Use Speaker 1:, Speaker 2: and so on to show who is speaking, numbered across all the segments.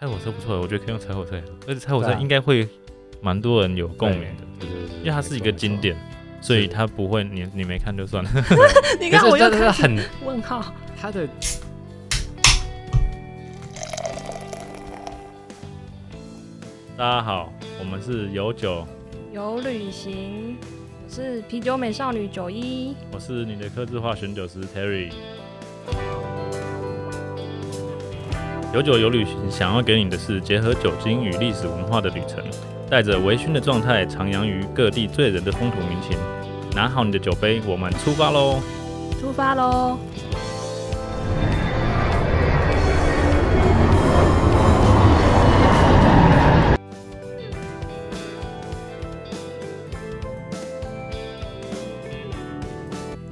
Speaker 1: 拆火车不错，我觉得可以用拆火车，而且拆火车
Speaker 2: 对啊
Speaker 1: 应该会蛮多人有共鸣的，
Speaker 2: 对对对，
Speaker 1: 因为它是一个经典，所以它不会你你没看就算了。
Speaker 3: 你
Speaker 2: 没
Speaker 3: 看
Speaker 2: 错。
Speaker 3: 我
Speaker 2: 可是
Speaker 3: 又
Speaker 2: 真的是
Speaker 3: 开始
Speaker 2: 很
Speaker 3: 问号，
Speaker 2: 它的
Speaker 1: 大家好，我们是有酒，
Speaker 3: 有旅行，我是啤酒美少女九一，
Speaker 1: 我是你的客制化选酒师 Terry。有酒有旅行，想要给你的是结合酒精与历史文化的旅程，带着微醺的状态，徜徉于各地醉人的风土民情。拿好你的酒杯，我们出发喽！
Speaker 3: 出发喽！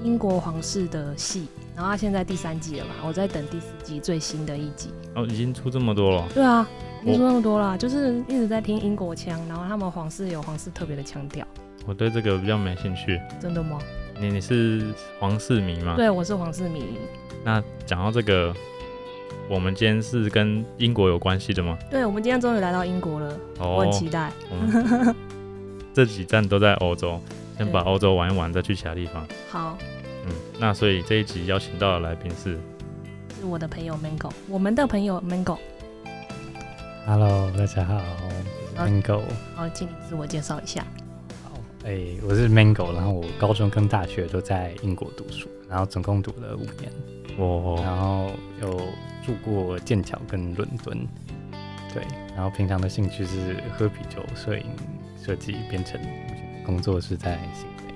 Speaker 3: 英国皇室的戏，然后它现在第三季了嘛，我在等第四季最新的一集。
Speaker 1: 哦，已经出这么多了，
Speaker 3: 对啊，听说那么多啦，就是一直在听英国腔，然后他们皇室有皇室特别的腔调，
Speaker 1: 我对这个比较没兴趣。
Speaker 3: 真的吗？
Speaker 1: 你你是皇室迷
Speaker 2: 啊
Speaker 1: 吗？。
Speaker 3: 对，我是皇室迷，
Speaker 1: 那讲到这个，我们今天是跟英国有关系的吗？
Speaker 3: 对，我们今天终于来到英国了，我
Speaker 1: 哦
Speaker 3: 很，期待。
Speaker 1: 我们 这几站都在欧洲，先把
Speaker 3: 对
Speaker 1: 欧洲玩一玩，再去其他地方。
Speaker 3: 好，
Speaker 1: 嗯，那所以这一集邀请到的来宾是，
Speaker 3: 是我的朋友 Mango，我们的朋友 Mango。
Speaker 2: Hello，大家好，
Speaker 3: 啊
Speaker 2: 我是 Mango。
Speaker 3: 好，请你自我介绍一下。
Speaker 2: 好，哎、我是 Mango，然后我高中跟大学都在英国读书，然后总共读了五年，
Speaker 1: 我
Speaker 2: 然后有住过剑桥跟伦敦，对，然后平常的兴趣是喝啤酒、摄影、设计、编程，目前的工作是在新北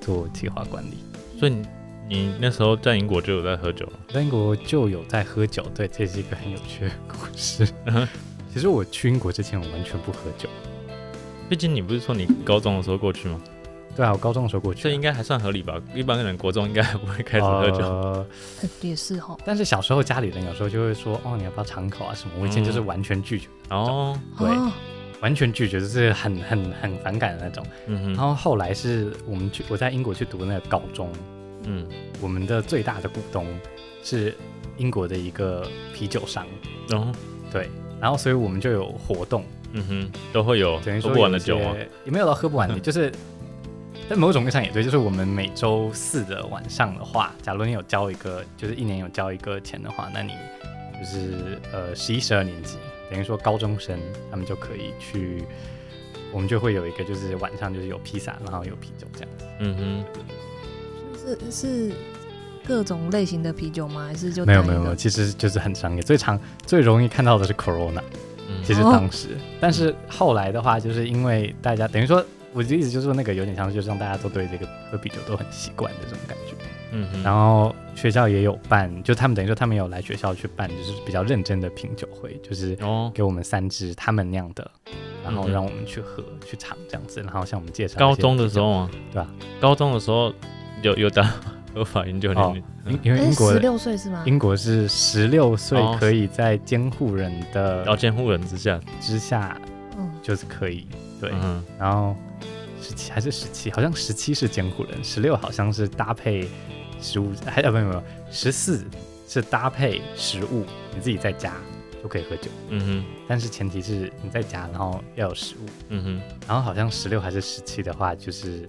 Speaker 2: 做企划管理。
Speaker 1: 所以你你那时候在英国就有在喝酒了，
Speaker 2: 在英国就有在喝酒，对，这是一个很有趣的故事。其实我去英国之前，我完全不喝酒。
Speaker 1: 毕竟你不是说你高中的时候过去吗？
Speaker 2: 对啊，我高中的时候过去啊，
Speaker 1: 这应该还算合理吧？一般人国中应该还不会开始喝酒。
Speaker 2: 呃
Speaker 3: 也是哈，
Speaker 2: 但是小时候家里人有时候就会说，哦，你要不要尝考啊什么？我以前就是完全拒绝，
Speaker 1: 哦，
Speaker 2: 对
Speaker 3: 哦，
Speaker 2: 完全拒绝，就是很很很反感的那种。
Speaker 1: 嗯
Speaker 2: 然
Speaker 1: 哼，
Speaker 2: 后后来是我们去我在英国去读那个高中，
Speaker 1: 嗯，
Speaker 2: 我们的最大的股东是英国的一个啤酒商，
Speaker 1: 然后，
Speaker 2: 对。然后所以我们就有活动，
Speaker 1: 哦嗯哼，都会有
Speaker 2: 等于
Speaker 1: 喝
Speaker 2: 说
Speaker 1: 不完
Speaker 2: 有
Speaker 1: 的
Speaker 2: 一
Speaker 1: 酒吗？
Speaker 2: 些也没有到喝不 完的，就是。在某种意义上也对，就是我们每周四的晚上的话，假如你有交一个，就是一年有交一个钱的话，那你就是呃十一、十二年级，等于说高中生他们就可以去，我们就会有一个就是晚上就是有披萨，然后有啤酒这样子。
Speaker 1: 嗯哼。
Speaker 3: 是是各种类型的啤酒吗？还是就
Speaker 2: 没有
Speaker 3: 单一
Speaker 2: 没有没有，
Speaker 3: 的
Speaker 2: 其实就是很商业，最常最容易看到的是 Corona，
Speaker 1: 嗯
Speaker 2: 其实
Speaker 3: 哦
Speaker 2: 当时，但是后来的话，就是因为大家等于说，我的意思就是说那个有点像，就是让大家都对这个喝啤酒都很习惯的这种感觉。
Speaker 1: 嗯哼，
Speaker 2: 然后学校也有办，就他们等于说他们有来学校去办，就是比较认真的品酒会，就是
Speaker 1: 哦，
Speaker 2: 给我们三支他们酿的，然后
Speaker 1: 嗯哼
Speaker 2: 让我们去喝、去尝这样子，然后向我们介绍。
Speaker 1: 高中的时，候啊，
Speaker 2: 对啊，
Speaker 1: 高中的时候有有打合法饮酒年
Speaker 2: 哦
Speaker 1: 龄，
Speaker 2: 因因为
Speaker 3: 哎，
Speaker 2: 英国
Speaker 3: 十六岁是吗？
Speaker 2: 英国是十六岁
Speaker 1: 哦
Speaker 2: 可以在监护人
Speaker 1: 然
Speaker 3: 哦
Speaker 1: 后
Speaker 2: 的
Speaker 1: 监护人之下，
Speaker 2: 之下，
Speaker 3: 嗯，
Speaker 2: 就是可以对，
Speaker 1: 嗯哼，
Speaker 2: 然后十七还是十七，好像十七是监护人，十六好像是搭配食物， 还有没有没有十四是搭配食物，你自己在家就可以喝酒，
Speaker 1: 嗯哼，
Speaker 2: 但是前提是你在家，然后要有食物。
Speaker 1: 嗯哼，
Speaker 2: 然后好像十六还是十七的话，就是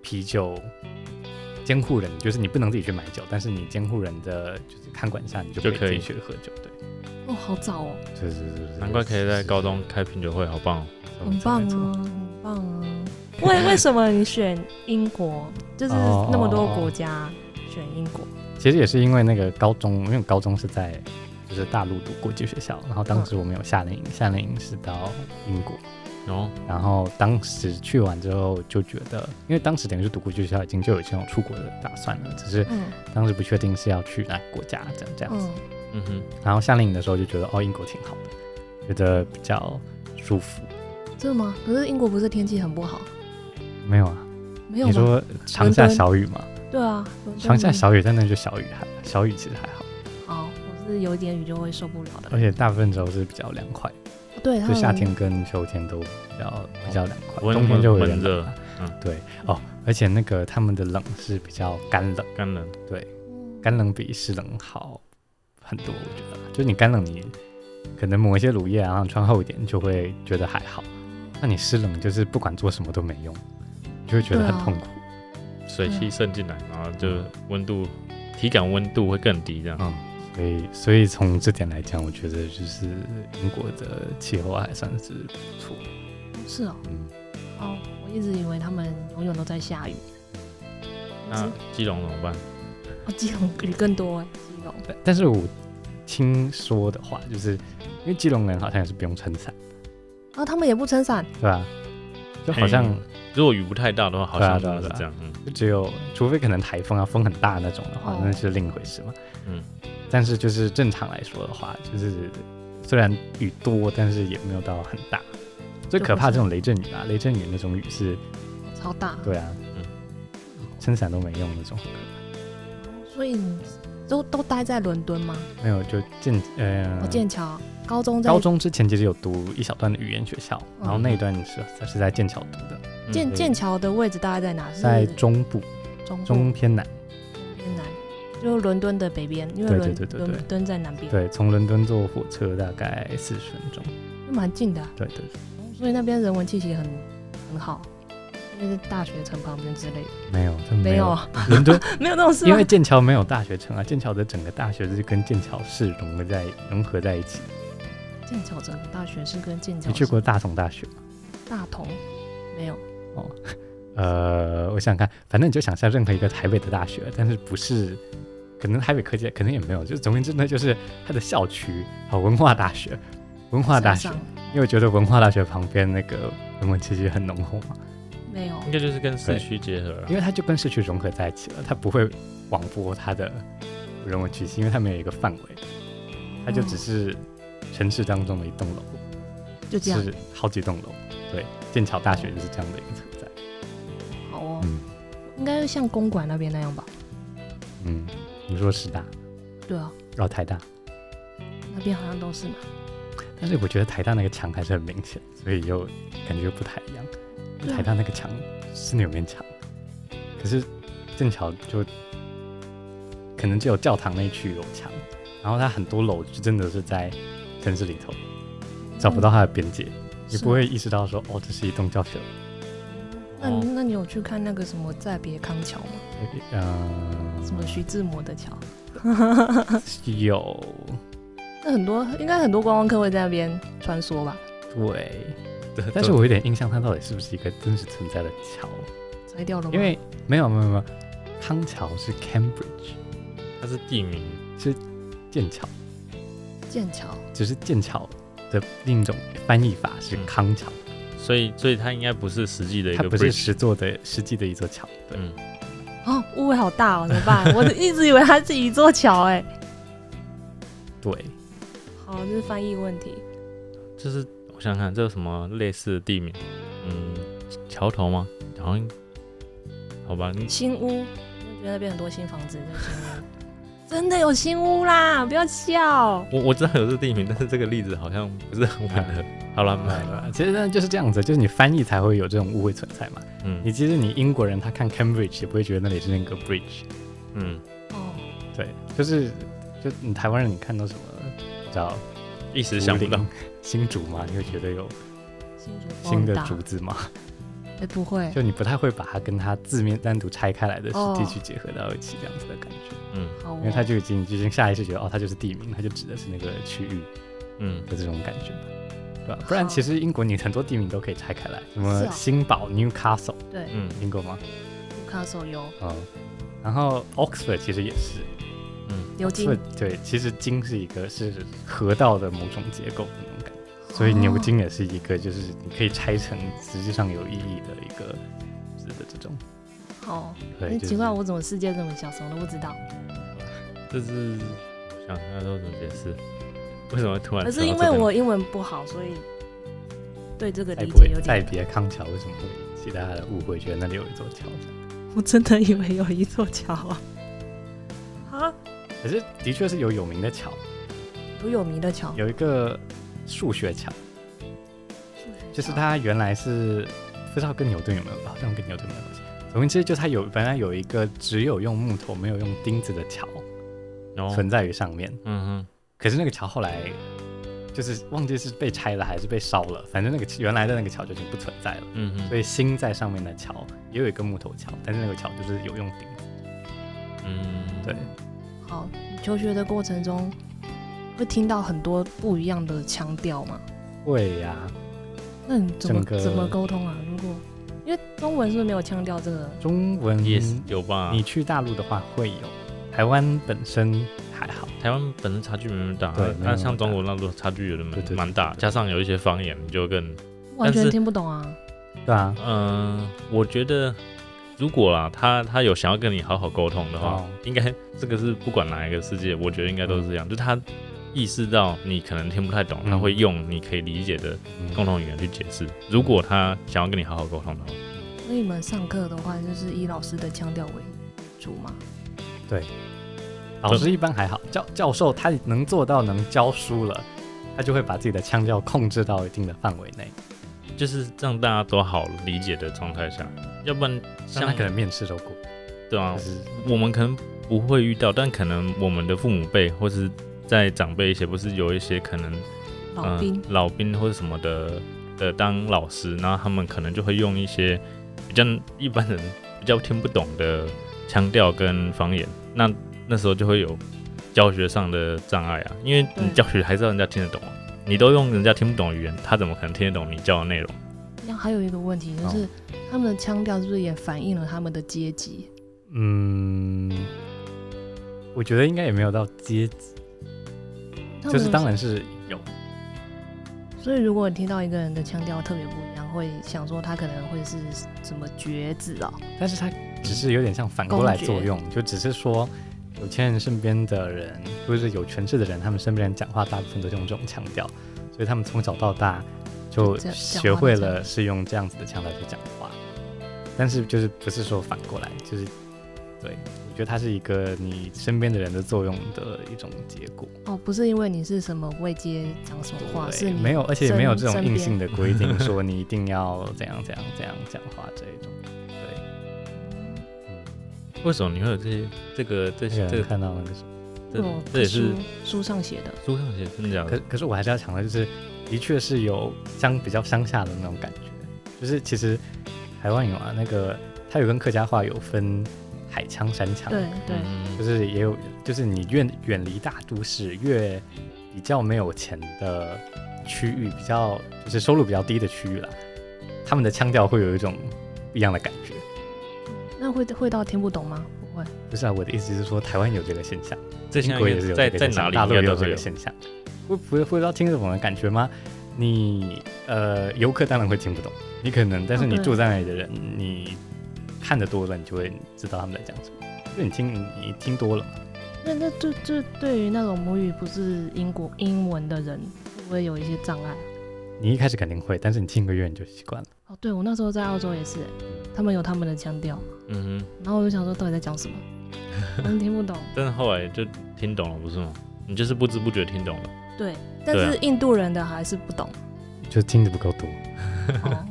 Speaker 2: 啤酒监护人，就是你不能自己去买酒，但是你监护人的就是看管下，你就
Speaker 1: 就
Speaker 2: 可
Speaker 1: 可
Speaker 2: 以
Speaker 1: 以
Speaker 2: 自己去喝酒。对，
Speaker 3: 哦，好早哦，
Speaker 2: 是是是
Speaker 1: 难怪可以在高中开品酒会，好棒哦！
Speaker 2: 嗯
Speaker 3: 很棒啊，很棒啊。为 为什么你选英国？就是
Speaker 2: 哦
Speaker 3: 那么多国家选英国，
Speaker 2: 其实也是因为那个高中，因为高中是在就是大陆读国际学校，然后当时我们有夏令营，夏令营是到英国，
Speaker 1: 然后，
Speaker 2: 然后当时去完之后就觉得，因为当时等于是读国际学校已经就有这种出国的打算了，只是
Speaker 3: 嗯
Speaker 2: 当时不确定是要去哪个国家这样这样子。
Speaker 3: 嗯，
Speaker 1: 嗯哼，
Speaker 2: 然后夏令营的时候就觉得哦，英国挺好的，觉得哦比较舒服。
Speaker 3: 真的吗？可是英国不是天气很不好，
Speaker 2: 没有啊，
Speaker 3: 没有
Speaker 2: 你
Speaker 3: 吗？
Speaker 2: 说长下小雨嘛，
Speaker 3: 对啊，伦敦
Speaker 2: 长下
Speaker 3: 没
Speaker 2: 小雨，但那就小雨还小雨其实还好，
Speaker 3: 好，嗯哦我是有一点雨就会受不了的
Speaker 2: 而。且大部分时候是比较凉快。
Speaker 3: 对，他
Speaker 2: 就
Speaker 3: 们
Speaker 2: 夏天跟秋天都比较比较凉快，
Speaker 1: 温
Speaker 2: 冬天就有
Speaker 1: 温
Speaker 2: 点冷
Speaker 1: 热
Speaker 2: 啊
Speaker 1: 嗯
Speaker 2: 对哦，而且那个他们的冷是比较干冷，
Speaker 1: 干冷，
Speaker 2: 嗯干冷比湿冷好很多，我觉得。就你干冷你可能抹一些乳液啊，然后穿厚一点，就会觉得还好。那你湿冷就是不管做什么都没用，你就会觉得
Speaker 3: 对啊
Speaker 2: 很痛苦。
Speaker 1: 水汽渗进来，然后就温度体感温度会更低这样。
Speaker 2: 嗯，所以所以从这点来讲，我觉得就是英国的气候还算是不错。
Speaker 3: 是哦，
Speaker 2: 嗯，
Speaker 3: 哦，我一直以为他们永远都在下雨。
Speaker 1: 那基隆怎么办？
Speaker 3: 哦，基隆雨更多哎，基隆。
Speaker 2: 但但是我听说的话，就是因为基隆人好像也是不用撑伞，
Speaker 3: 啊，他们也不撑伞，
Speaker 2: 对吧？就好像
Speaker 1: 嗯如果雨不太大的话，好像
Speaker 2: 对啊
Speaker 1: 真的是这
Speaker 2: 对啊
Speaker 1: 样。嗯，
Speaker 2: 只有除非可能台风啊，风很大那种的话
Speaker 3: 哦，
Speaker 2: 那是另一回事嘛。
Speaker 1: 嗯，
Speaker 2: 但是就是正常来说的话，就是虽然雨多，但是也没有到很大。最可怕这种雷阵雨啊，雷阵雨那种雨是，
Speaker 3: 超大。
Speaker 2: 对啊，
Speaker 1: 嗯
Speaker 2: 撑伞都没用那种。
Speaker 3: 所以你都都待在伦敦吗？
Speaker 2: 没有，就剑呃
Speaker 3: 我，剑桥高中在
Speaker 2: 高中之前其实有读一小段的语言学校，
Speaker 3: 嗯
Speaker 2: 然后那一段是是在剑桥读的，
Speaker 1: 嗯
Speaker 3: 剑
Speaker 2: 对
Speaker 3: 剑桥的位置大概在哪？是
Speaker 2: 在中部
Speaker 3: 嗯中
Speaker 2: 中偏南。
Speaker 3: 偏南，就是伦敦的北边，因为
Speaker 2: 对
Speaker 3: 伦
Speaker 2: 对对对对
Speaker 3: 伦敦在南边，
Speaker 2: 对，从伦敦坐火车大概四十分钟。
Speaker 3: 就蛮近的啊、
Speaker 2: 对对对。
Speaker 3: 所以那边人文气息很很好，因为是大学城旁边之类的，
Speaker 2: 没有，真
Speaker 3: 没
Speaker 2: 没
Speaker 3: 有啊
Speaker 2: 伦敦，
Speaker 3: 没有那种事啊
Speaker 2: 因
Speaker 3: 吗
Speaker 2: 为？剑桥没有大学城啊，剑桥的整个大学是跟剑桥市融合在融合在一起。
Speaker 3: 剑桥整个大学是跟剑桥
Speaker 2: 你去过大同大学吗？
Speaker 3: 大同没有？
Speaker 2: 呃，我想想看，反正你就想象任何一个台北的大学，但是不是，可能台北科技可能也没有，就总而言之呢，就是它的校区好文化大学，文化大学
Speaker 3: 山，上
Speaker 2: 因为我觉得文化大学旁边那个人文气息很浓厚嘛，
Speaker 3: 没有
Speaker 1: 应该就是跟市区结合啊
Speaker 2: 因。为它就跟市区融合在一起了，它不会广播它的人文气息，因为它没有一个范围，它
Speaker 3: 嗯
Speaker 2: 就只是城市当中的一栋楼。
Speaker 3: 就这样
Speaker 2: 是好几栋楼。对，剑桥大学就是这样的一个存在。
Speaker 3: 好哦，
Speaker 2: 嗯
Speaker 3: 应该像公馆那边那样吧？
Speaker 2: 嗯，你说师大，
Speaker 3: 对啊，
Speaker 2: 然后台大，
Speaker 3: 那边好像都是嘛。
Speaker 2: 但是我觉得台大那个墙还是很明显，所以又感觉不太一样。
Speaker 3: 对啊
Speaker 2: 台大那个墙真的有面墙，可是剑桥就可能只有教堂那一区有墙，然后它很多楼就真的是在城市里头，找不到它的边界，也
Speaker 3: 是
Speaker 2: 不会意识到说哦，这是一栋教学楼。
Speaker 3: 那
Speaker 2: 哦
Speaker 3: 你那你有去看那个什么《再别康桥》吗？
Speaker 2: 呃，
Speaker 3: 什么徐志摩的桥？
Speaker 2: 有
Speaker 3: 那很多应该很多观光客会在那边穿梭吧？
Speaker 2: 对。
Speaker 1: 对
Speaker 2: 但是我有点印象，它到底是不是一个真实存在的桥？
Speaker 3: 拆掉了吗？
Speaker 2: 因为没有没有没有，康桥是 Cambridge
Speaker 1: 它是地名，
Speaker 2: 剑桥，
Speaker 3: 剑桥
Speaker 2: 只是剑桥的另一种翻译法是
Speaker 1: 嗯
Speaker 2: 康桥，
Speaker 1: 所以所以它应该不是实际的一
Speaker 2: 它
Speaker 1: 个
Speaker 2: 不是
Speaker 1: bridge。
Speaker 2: 实座的实际的一座桥。对，
Speaker 1: 嗯，
Speaker 3: 哦，误会好大哦，怎么办？ 我一直以为它是一座桥哎、
Speaker 2: 对，
Speaker 3: 好，这是翻译问题。
Speaker 1: 就是我想想看，这有什么类似的地名？嗯，桥头吗？好像好吧，你
Speaker 3: 新屋，我觉得那边很多新房子，就是新 屋。真的有新屋啦！不要笑。
Speaker 1: 我我知道有这个地名，但是这个例子好像不是很吻合。
Speaker 2: 哎
Speaker 1: 好了，嗯
Speaker 2: 对吧其实呢就是这样子，就是你翻译才会有这种误会存在嘛。你
Speaker 1: 嗯
Speaker 2: 其实你英国人他看 Cambridge 也不会觉得那里是那个 bridge，
Speaker 1: 嗯，
Speaker 3: 哦，
Speaker 2: 对，就是就你台湾人你看到什么叫
Speaker 1: 一时想不到。
Speaker 2: 新竹嘛，你会觉得有
Speaker 3: 新竹风
Speaker 2: 新
Speaker 3: 很
Speaker 2: 的
Speaker 3: 大
Speaker 2: 竹子吗？
Speaker 3: 哎、不会，
Speaker 2: 就你不太会把它跟它字面单独拆开来的
Speaker 3: 哦
Speaker 2: 实际去结合到一起这样子的感觉，
Speaker 1: 嗯
Speaker 3: 好、哦，
Speaker 2: 因为它就已经就已经下意识觉得哦，它就是地名，它就指的是那个区域
Speaker 1: 嗯，
Speaker 2: 的这种感觉吧，对吧？不然其实英国你很多地名都可以拆开来，什
Speaker 3: 是
Speaker 2: 么
Speaker 3: 哦
Speaker 2: 新堡、Newcastle，
Speaker 3: 对，
Speaker 1: 嗯
Speaker 2: 听过吗？
Speaker 3: 卢卡手游
Speaker 2: 嗯，然后 Oxford 其实也是，
Speaker 3: 牛津
Speaker 2: Oxford，对，其实金是一个是河道的某种结构的那种感觉，所以
Speaker 3: 哦
Speaker 2: 牛津也是一个就是你可以拆成实际上有意义的一个字的这种，
Speaker 3: 哦，
Speaker 2: 对，
Speaker 3: 很
Speaker 2: 就是
Speaker 3: 奇怪，我怎么世界这么小，什么都不知道？
Speaker 1: 这是我想那时候怎么解释？为什么突然
Speaker 3: 可
Speaker 1: 扯到
Speaker 3: 是
Speaker 1: 这
Speaker 3: 因
Speaker 1: 个呢？
Speaker 3: 为我英文不好，所以对这个
Speaker 2: 再
Speaker 3: 理
Speaker 2: 不
Speaker 3: 解
Speaker 2: 会
Speaker 3: 有
Speaker 2: 再
Speaker 3: 点。
Speaker 2: 别康桥为什么会引起大家的误会，觉得那里有一座桥？
Speaker 3: 我真的以为有一座桥 啊，啊，
Speaker 2: 可是的确是有有名的桥，
Speaker 3: 有有名的桥，
Speaker 2: 有一个数学桥，
Speaker 3: 数学桥
Speaker 2: 就是它原来是不知道跟牛顿有没有，好像跟牛顿没有关系。总之就是它有本来有一个只有用木头没有用钉子的桥
Speaker 1: 然后
Speaker 2: 存在于上面，
Speaker 1: 哦嗯哼，
Speaker 2: 可是那个桥后来就是忘记是被拆了还是被烧了，反正那个原来的那个桥就已经不存在了，
Speaker 1: 嗯
Speaker 2: 所
Speaker 1: 哼，
Speaker 2: 以新在上面的桥也有一个木头桥，但是那个桥就是有用顶。
Speaker 1: 嗯，
Speaker 2: 对，
Speaker 3: 好，求学的过程中会听到很多不一样的腔调嘛？
Speaker 2: 会啊呀、
Speaker 3: 那你怎么
Speaker 2: 整个
Speaker 3: 怎么沟通啊？如果因为中文是不是没有腔调这个？
Speaker 2: 中文
Speaker 1: 也是有吧？
Speaker 2: 嗯你去大陆的话会有，台湾本身还好。
Speaker 1: 台湾本身差距没那么大，
Speaker 2: 对没那
Speaker 1: 那
Speaker 2: 么
Speaker 1: 像中
Speaker 2: 大
Speaker 1: 国那都差距有的
Speaker 2: 对对
Speaker 1: 蛮
Speaker 2: 对
Speaker 1: 蛮大，加上有一些方言，你就更
Speaker 3: 完
Speaker 1: 但是
Speaker 3: 全听不懂啊！
Speaker 2: 对啊，
Speaker 1: 嗯、我觉得如果啦，他他有想要跟你好好沟通的话，
Speaker 2: 哦
Speaker 1: 应该这个是不管哪一个世界，我觉得应该都是这样，就他意识到你可能听不太懂，
Speaker 2: 嗯
Speaker 1: 他会用你可以理解的共同语言去解释。如果他想要跟你好好沟通的话，
Speaker 3: 所以你们上课的话，就是以老师的腔调为主嘛？
Speaker 2: 老师一般还好，教教授他能做到能教书了，他就会把自己的腔调控制到一定的范围内，
Speaker 1: 就是让大家都好理解的状态下，要不然
Speaker 2: 像他
Speaker 1: 像
Speaker 2: 可能面试都过，
Speaker 1: 对啊
Speaker 2: 就，是
Speaker 1: 我们可能不会遇到，但可能我们的父母辈或是在长辈一些，不是有一些可能
Speaker 3: 老兵
Speaker 1: 嗯、老兵或者什么的的当老师，然后他们可能就会用一些比较一般人比较听不懂的腔调跟方言，那那时候就会有教学上的障碍啊，因为你
Speaker 3: 对
Speaker 1: 教学还是要人家听得懂啊，你都用人家听不懂的语言，他怎么可能听得懂你教的内容？
Speaker 3: 那还有一个问题就是，
Speaker 2: 哦
Speaker 3: 他们的腔调是不是也反映了他们的阶级？
Speaker 2: 嗯，我觉得应该也没有到阶级，
Speaker 3: 他们
Speaker 2: 就是当然是有，
Speaker 3: 所以如果你听到一个人的腔调特别不一样，会想说他可能会是什么绝子哦，
Speaker 2: 但是他只是有点像反过来作用，就只是说有钱人身边的人，或者是有权势的人，他们身边人讲话大部分都是用这种腔调，所以他们从小到大就
Speaker 3: 就这样
Speaker 2: 学会了是用这样子的腔调去讲话。但是就是不是说反过来，就是对，我觉得它是一个你身边的人的作用的一种结果。
Speaker 3: 哦，不是因为你是什么未接讲什么话，
Speaker 2: 对
Speaker 3: 是你
Speaker 2: 没有，而且也
Speaker 3: 身
Speaker 2: 没有这种
Speaker 3: 身
Speaker 2: 硬
Speaker 3: 边
Speaker 2: 性的规定，说你一定要怎样怎样怎样讲话这一种。对，
Speaker 1: 为什么你会有这些这个这些
Speaker 2: 这
Speaker 1: 这
Speaker 2: 个
Speaker 1: 个
Speaker 2: 看到那个什么
Speaker 1: 这
Speaker 3: 哦
Speaker 1: 这也是
Speaker 3: 书书上写的，
Speaker 1: 书上写的真的假
Speaker 2: 可
Speaker 1: 的？
Speaker 2: 可是我还是要强调，就是的确是有乡比较乡下的那种感觉，就是其实台湾有啊，那个它有跟客家话有分海腔山腔，
Speaker 3: 对，对，
Speaker 1: 嗯
Speaker 2: 就是也有，就是你越远离大都市，越比较没有钱的区域，比较就是收入比较低的区域啦，他们的腔调会有一种不一样的感觉。
Speaker 3: 那会会到听不懂吗？不会，
Speaker 2: 不是啊，我的意思是说，台湾有这个现象，
Speaker 1: 这
Speaker 2: 英
Speaker 1: 现
Speaker 2: 国
Speaker 1: 在
Speaker 2: 也
Speaker 1: 应
Speaker 2: 是
Speaker 1: 该
Speaker 2: 有
Speaker 1: 在
Speaker 2: 这个
Speaker 1: 在
Speaker 2: 现象
Speaker 1: 哪里
Speaker 2: 大
Speaker 1: 应
Speaker 2: 陆也
Speaker 1: 该都
Speaker 2: 有这
Speaker 1: 会
Speaker 2: 个
Speaker 1: 有。
Speaker 2: 现象，会不会会到听得懂的感觉吗？你呃，游客当然会听不懂，你可能，但是
Speaker 3: 哦
Speaker 2: 你
Speaker 3: 对
Speaker 2: 住在那里的人，你看得多了，你就会知道他们在讲什么，因为你听你听多了嘛，
Speaker 3: 那那就就对于那种母语不是英国英文的人，会不会有一些障碍？
Speaker 2: 你一开始肯定会，但是你听一个月你就习惯了。
Speaker 3: 哦，对我那时候在澳洲也是，他们有他们的腔调，
Speaker 1: 嗯哼，
Speaker 3: 然后我就想说到底在 讲什么，真听不懂。
Speaker 1: 但是后来就听懂了，不是吗？你就是不知不觉听懂了。
Speaker 3: 对，但
Speaker 1: 对啊
Speaker 3: 是印度人的还是 不懂。
Speaker 2: 就听得不够多。
Speaker 3: 哦，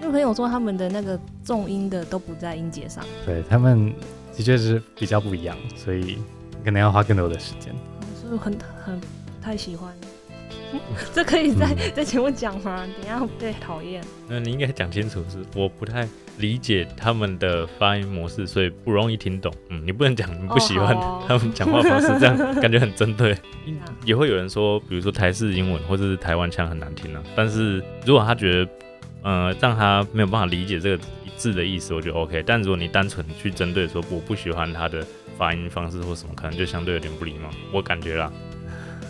Speaker 3: 因为朋友说他们的那个重音的都不在音节上，
Speaker 2: 对他们的确是比较不一样，所以可能要花更多的时间。
Speaker 3: 所以我很很不太喜 欢。 这可以在、在节目讲吗？等一下会被讨厌。
Speaker 1: 那你应该讲清楚是，我不太理解他们的发音模式，所以不容易听懂。嗯，你不能讲你不喜欢
Speaker 3: 哦好哦
Speaker 1: 他们讲话方式，这 样感觉很针对
Speaker 3: 嗯。
Speaker 1: 也会有人说，比如说台式英文或者是台湾腔很难听啊。但是如果他觉得，呃，让他没有办法理解这个字的意思，我觉得 OK。但如果你单纯去针对说我不喜欢他的发音方式或什么，可能就相对有点不礼貌。我感觉啦，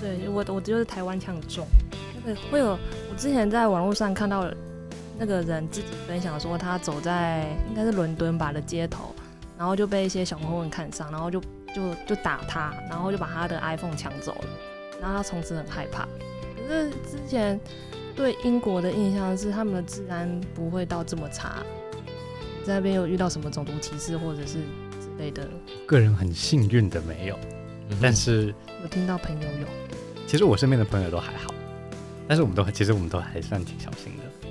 Speaker 3: 对我我就是台湾腔重，那个会有我之前在网络上看到那个人自己分享说，他走在应该是伦敦吧的街头，然后就被一些小混混看上，然后就就就打他，然后就把他的 iPhone 抢走了，然后他从此很害怕。可是之前对英国的印象是他们的治安不会到这么差，在那边有遇到什么种族歧视或者是之类的，
Speaker 2: 个人很幸运的没有，但是
Speaker 3: 有听到朋友有。
Speaker 2: 其实我身边的朋友都还好，但是我们都其实我们都还算挺小心的，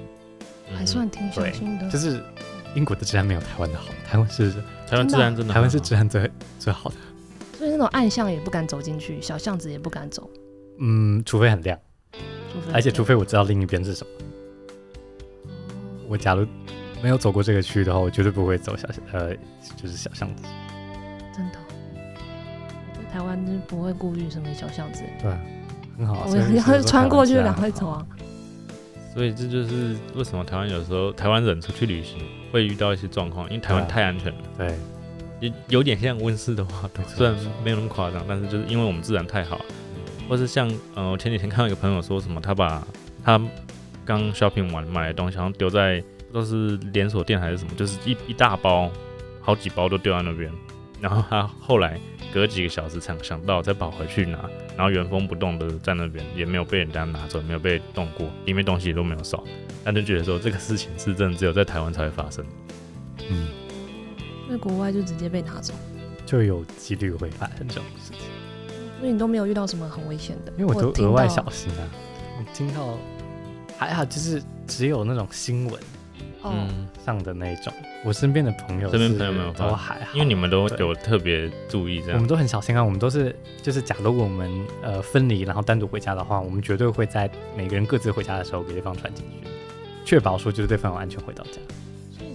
Speaker 1: 嗯
Speaker 3: 还算挺小
Speaker 2: 对
Speaker 3: 心的，
Speaker 2: 就是。英国的治安没有台湾的好，台湾是
Speaker 1: 台湾治安真的很好，啊
Speaker 2: 台湾是治安最最好的，
Speaker 3: 所以那种暗巷也不敢走进去，小巷子也不敢走。
Speaker 2: 嗯，除非很亮，
Speaker 3: 除非
Speaker 2: 而且除非我知道另一边是什么。我假如没有走过这个区域的话，我绝对不会走小呃，就是小巷子。
Speaker 3: 真的，我在台湾就是不会顾虑什么小巷子，
Speaker 2: 对、啊，很好啊。
Speaker 3: 我
Speaker 2: 所以你
Speaker 3: 要
Speaker 2: 说
Speaker 3: 是穿过去
Speaker 2: 台湾治
Speaker 3: 赶
Speaker 2: 安
Speaker 3: 快
Speaker 2: 很
Speaker 3: 走
Speaker 2: 好
Speaker 3: 啊。
Speaker 1: 所以这就是为什么台湾有时候台湾人出去旅行会遇到一些状况，因为台湾
Speaker 2: 对啊
Speaker 1: 太安全了，
Speaker 2: 对，
Speaker 1: 有有点像温室的话，
Speaker 2: 没错
Speaker 1: 虽然
Speaker 2: 没错
Speaker 1: 没有那么夸张，但是就是因为我们自然太好，或是像呃，我前几天看到一个朋友说什么，他把他刚 shopping 完买的东西，好像丢在不知道是连锁店还是什么，就是一一大包，好几包都丢在那边，然后他后来隔几个小时想想到再跑回去拿，然后原封不动的在那边，也没有被人家拿走，没有被动过，里面东西也都没有少，但就觉得说这个事情是真的只有在台湾才会发生。
Speaker 2: 嗯，
Speaker 3: 在国外就直接被拿走，
Speaker 2: 就有几率会发生这种事情，
Speaker 3: 因为你都没有遇到什么很危险的。
Speaker 2: 因为我都
Speaker 3: 听
Speaker 2: 额外
Speaker 3: 到
Speaker 2: 小心啊。我听到还好，就是只有那种新闻
Speaker 3: 哦，
Speaker 1: 嗯，
Speaker 2: 上的那种，我身边的朋友
Speaker 1: 身边
Speaker 2: 是
Speaker 1: 朋友没有发
Speaker 2: 都还好，
Speaker 1: 因为你们都
Speaker 2: 对
Speaker 1: 有特别注意这
Speaker 2: 我
Speaker 1: 样
Speaker 2: 们。都很小心啊，我们都是就是，假如我们呃分离，然后单独回家的话，我们绝对会在每个人各自回家的时候给对方传简讯，确保说就是对方有安全回到家。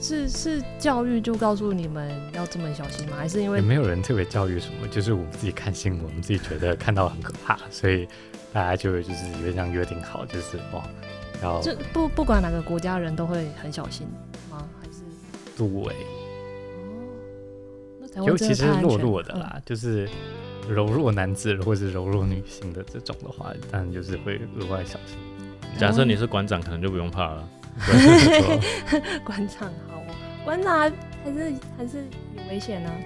Speaker 3: 是是教育就告诉你们要这么小心吗？还是因
Speaker 2: 也
Speaker 3: 为
Speaker 2: 没有人特别教育什么，就是我们自己看新闻，我们自己觉得看到很可怕，所以大家就会就是有点像约定好，就是哦要
Speaker 3: 就不不管哪个国家人都会很小心吗？还是
Speaker 2: 入围，
Speaker 3: 哦，那台湾
Speaker 2: 尤其
Speaker 3: 真的
Speaker 2: 是
Speaker 3: 太安
Speaker 2: 弱
Speaker 3: 全
Speaker 2: 弱的
Speaker 3: 了
Speaker 2: 啦，就是柔弱男子或是柔弱女性的这种的话，当然就是会额外小心。
Speaker 3: 嗯
Speaker 1: 假设你是馆长，可能就不用怕 了。
Speaker 2: 对没错
Speaker 3: 馆长好哦，馆长还是还是有危险呢、啊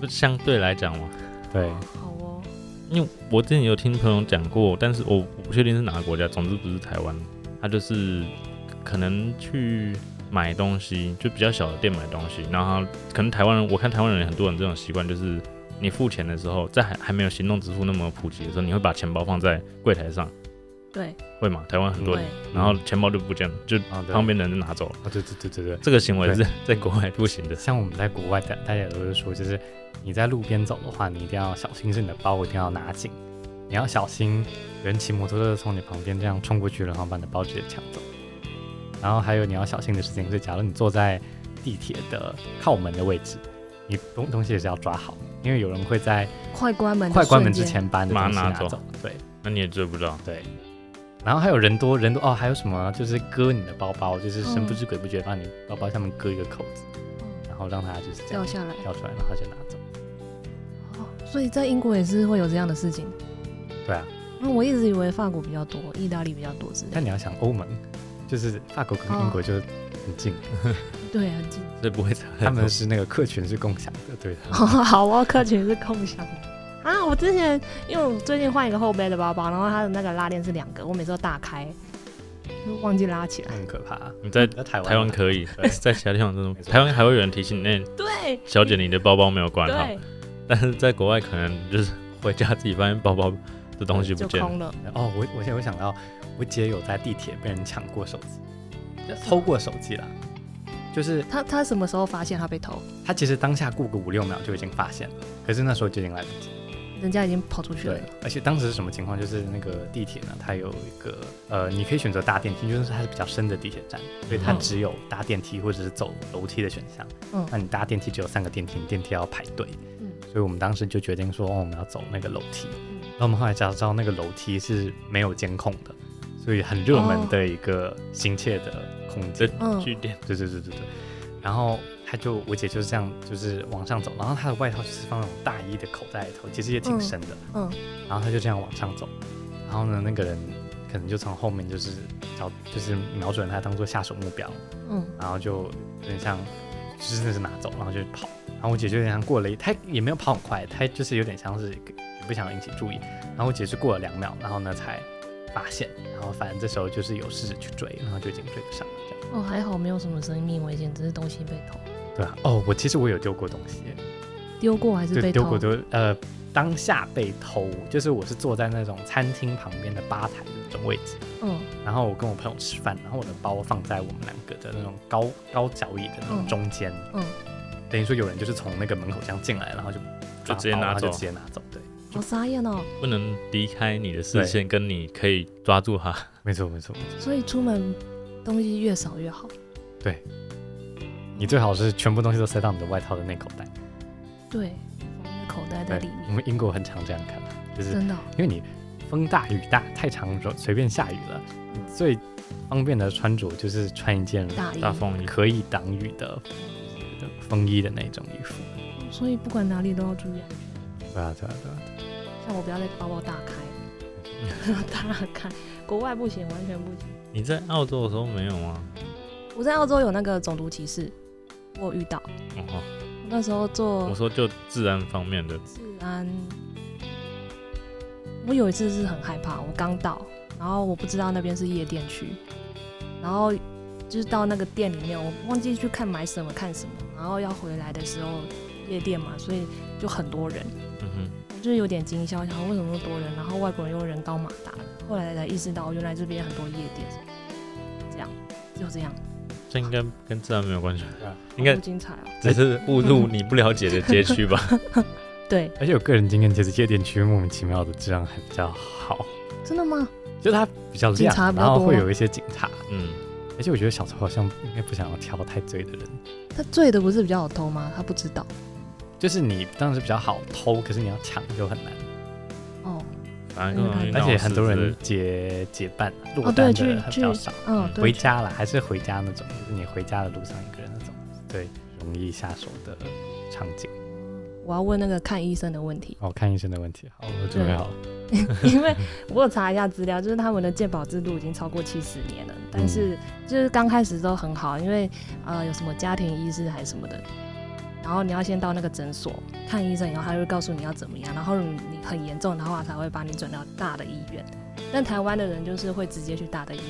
Speaker 1: 不相对来讲嘛，
Speaker 2: 对，
Speaker 3: 好哦，
Speaker 1: 因为我之前有听朋友讲过，但是我我不确定是哪个国家，总之不是台湾。他就是可能去买东西，就比较小的店买东西，然后他可能台湾人，我看台湾人很多人这种习惯就是。你付钱的时候，在还还没有行动支付那么普及的时候，你会把钱包放在柜台上，
Speaker 3: 对
Speaker 1: 会吗？台湾很多
Speaker 3: 对
Speaker 1: 人，，然后钱包就不见了，就
Speaker 2: 啊对
Speaker 1: 旁边的人就拿走了。
Speaker 2: 啊对对对对对，
Speaker 1: 这个行为
Speaker 2: 对
Speaker 1: 是在国外不行的。
Speaker 2: 像我们在国外，大大家也都是说，就是你在路边走的话，你一定要小心，是你的包一定要拿紧，你要小心人骑摩托车从你旁边这样冲过去，然后把你的包直接抢走。然后还有你要小心的事情是，假如你坐在地铁的靠门的位置，你东东西也是要抓好，因为有人会在
Speaker 3: 快关门，
Speaker 2: 快关门之，前把你的
Speaker 1: 马
Speaker 2: 东西
Speaker 1: 上
Speaker 2: 拿
Speaker 1: 拿啊走
Speaker 2: 走。对
Speaker 1: 那你也追不到，
Speaker 2: 对。然后还有人多人多哦，还有什么就是割你的包包，就是神不
Speaker 3: 嗯
Speaker 2: 知鬼不觉把你包包下面割一个口子，然后让它就是这样
Speaker 3: 掉下来。
Speaker 2: 跳出来，然后就拿走。
Speaker 3: 哦，所以在英国也是会有这样的事情。
Speaker 2: 对啊，
Speaker 3: 那我一直以为法国比较多，意大利比较多之类的。
Speaker 2: 但你要想欧盟，就是法国跟英国就很近，
Speaker 3: 对，很近。
Speaker 1: 所以不会差很多。
Speaker 2: 他们是那个客群是共享的，对他们
Speaker 3: 好哦，客群是共享的。啊，我之前因为我最近换一个后背的包包，然后它的那个拉链是两个，我每次都打开，就忘记拉起来。
Speaker 2: 很可怕啊。
Speaker 1: 你在
Speaker 2: 台湾，
Speaker 1: 台湾可以，呃
Speaker 2: 对
Speaker 1: 在其他地方真的
Speaker 2: 没错
Speaker 1: 台湾还会有人提醒你，哎、
Speaker 2: 嗯
Speaker 3: 对
Speaker 1: 小姐，你的包包没有关好。
Speaker 3: 对，
Speaker 1: 但是在国外可能就是回家自己发现包包的东西不
Speaker 3: 就
Speaker 1: 见了，
Speaker 3: 空了。
Speaker 2: 哦，我我现在我想到，我姐有在地铁被人抢过手机，就偷过手机啦。就是
Speaker 3: 他他什么时候发现他被偷？
Speaker 2: 她其实当下过个五六秒就已经发现了，可是那时候就已经来不及了。
Speaker 3: 人家已经跑出去了
Speaker 2: 对。，而且当时是什么情况？就是那个地铁呢，它有一个呃，你可以选择搭电梯，就是它是比较深的地铁站，所以它
Speaker 1: 嗯
Speaker 2: 只有搭电梯或者是走楼梯的选项。
Speaker 3: 嗯
Speaker 2: 那你搭电梯只有三个电梯，你电梯要排队，
Speaker 3: 嗯
Speaker 2: 所以我们当时就决定说，哦，我们要走那个楼梯。
Speaker 3: 嗯
Speaker 2: 然后我们后来才知道那个楼梯是没有监控的，所以很热门
Speaker 3: 哦
Speaker 2: 的一个行窃的空间。
Speaker 1: 这
Speaker 3: 嗯
Speaker 1: 据点
Speaker 2: 对对对对对。然后他就我姐就是这样，就是往上走，然后她的外套就是放那种大衣的口袋里头，其实也挺
Speaker 3: 嗯
Speaker 2: 深的。
Speaker 3: 嗯，
Speaker 2: 然后他就这样往上走，然后呢，那个人可能就从后面就是找，就是瞄准他当做下手目标，
Speaker 3: 嗯，
Speaker 2: 然后就有点像，就是真的是拿走，然后就跑。然后我姐就有点像过了一，她也没有跑很快，她就是有点像是也不想引起注意。然后我姐是过了两秒，然后呢才发现，然后反正这时候就是有试着去追，然后就已经追不上了这样。
Speaker 3: 哦，还好没有什么生命危险，只是东西被偷，
Speaker 2: 对啊，哦，我其实我有丢过东西耶，
Speaker 3: 丢过还是
Speaker 2: 对，
Speaker 3: 被
Speaker 2: 丢
Speaker 3: 偷？
Speaker 2: 过丢呃，当下被偷，就是我是坐在那种餐厅旁边的吧台的那种位置。
Speaker 3: 嗯，
Speaker 2: 然后我跟我朋友吃饭，然后我的包放在我们两个的那种高高脚椅的那种
Speaker 3: 嗯
Speaker 2: 中间，
Speaker 3: 嗯，
Speaker 2: 等于说有人就是从那个门口这样进来，然后就
Speaker 1: 就
Speaker 2: 抓
Speaker 1: 直接
Speaker 2: 包
Speaker 1: 拿
Speaker 2: 然后
Speaker 1: 走
Speaker 2: 就直接拿走，对
Speaker 3: 好傻眼哦。
Speaker 1: 不能离开你的视线，跟你可以抓住它。
Speaker 2: 没错没错，没错
Speaker 3: 所以出门东西越少越好。
Speaker 2: 你最好是全部东西都塞到你的外套的内口袋。
Speaker 3: 对，放在口袋在里
Speaker 2: 我
Speaker 3: 面，
Speaker 2: 们英国很常这样看，啊就是
Speaker 3: 真的哦、
Speaker 2: 因为哎你风大雨大太常随便下雨了，你最方便的穿着就是穿一件
Speaker 3: 大衣。
Speaker 1: 大风衣，
Speaker 2: 可以挡雨的的风衣的那种衣服。
Speaker 3: 所以不管哪里都要注意安全。
Speaker 2: 对啊对啊对啊，
Speaker 3: 像我不要再包包大 开，大开，国外不行，完全不行。
Speaker 1: 你在澳洲的时候没有吗？
Speaker 3: 我在澳洲有那个种族歧视，我有遇到，
Speaker 1: 哦，
Speaker 3: 那时候做
Speaker 1: 我说就治安方面的，
Speaker 3: 治安，嗯我有一次是很害怕，我刚到，然后我不知道那边是夜店区，然后就是到那个店里面，我忘记去看买什么看什么，然后要回来的时候夜店嘛，所以就很多人，
Speaker 1: 嗯哼，
Speaker 3: 我就是有点惊吓，想说为什么那么多人，然后外国人又人高马大的，后来才意识到原来这边很多夜店，这样就这样，
Speaker 1: 这应该跟治安没有关系
Speaker 2: 对啊，
Speaker 1: 应该
Speaker 3: 好精彩哦，
Speaker 1: 只 是误入你不了解的街区吧。
Speaker 3: 对，
Speaker 2: 而且我个人经验，其实夜店区莫名其妙的治安还比较好，
Speaker 3: 真的吗？
Speaker 2: 就是它比较
Speaker 3: 警
Speaker 2: 亮
Speaker 3: 察，比较
Speaker 2: 然后
Speaker 3: 多
Speaker 2: 会
Speaker 3: 吗
Speaker 2: 有一些警察。
Speaker 1: 嗯，
Speaker 2: 而且我觉得小偷好像应该不想要挑太醉的人，
Speaker 3: 他醉的不是比较好偷吗？他不知道
Speaker 2: 就是你当时比较好偷，可是你要抢就很难。
Speaker 3: 哦，
Speaker 1: 反正
Speaker 3: 嗯
Speaker 2: 而且很多人
Speaker 1: 是
Speaker 2: 结结伴落
Speaker 3: 哦
Speaker 2: 单
Speaker 3: 对
Speaker 2: 的人
Speaker 3: 去
Speaker 2: 还比较
Speaker 3: 去
Speaker 2: 少。
Speaker 3: 嗯，对
Speaker 2: 回家了，还是回家那种，就是你回家的路上一个人那种，对，容易下手的场景。，
Speaker 3: 我要问那个看医生的问题
Speaker 2: 哦，看医生的问题，好，我准备好了。
Speaker 3: 因为我有查一下资料，就是他们的健保制度已经超过七十年
Speaker 2: 嗯
Speaker 3: 了，但是就是刚开始都很好，因为呃有什么家庭医师还是什么的，然后你要先到那个诊所看医生，然后他就会告诉你要怎么样，然后你你很严重的话才会把你转到大的医院。但台湾的人就是会直接去大的医院，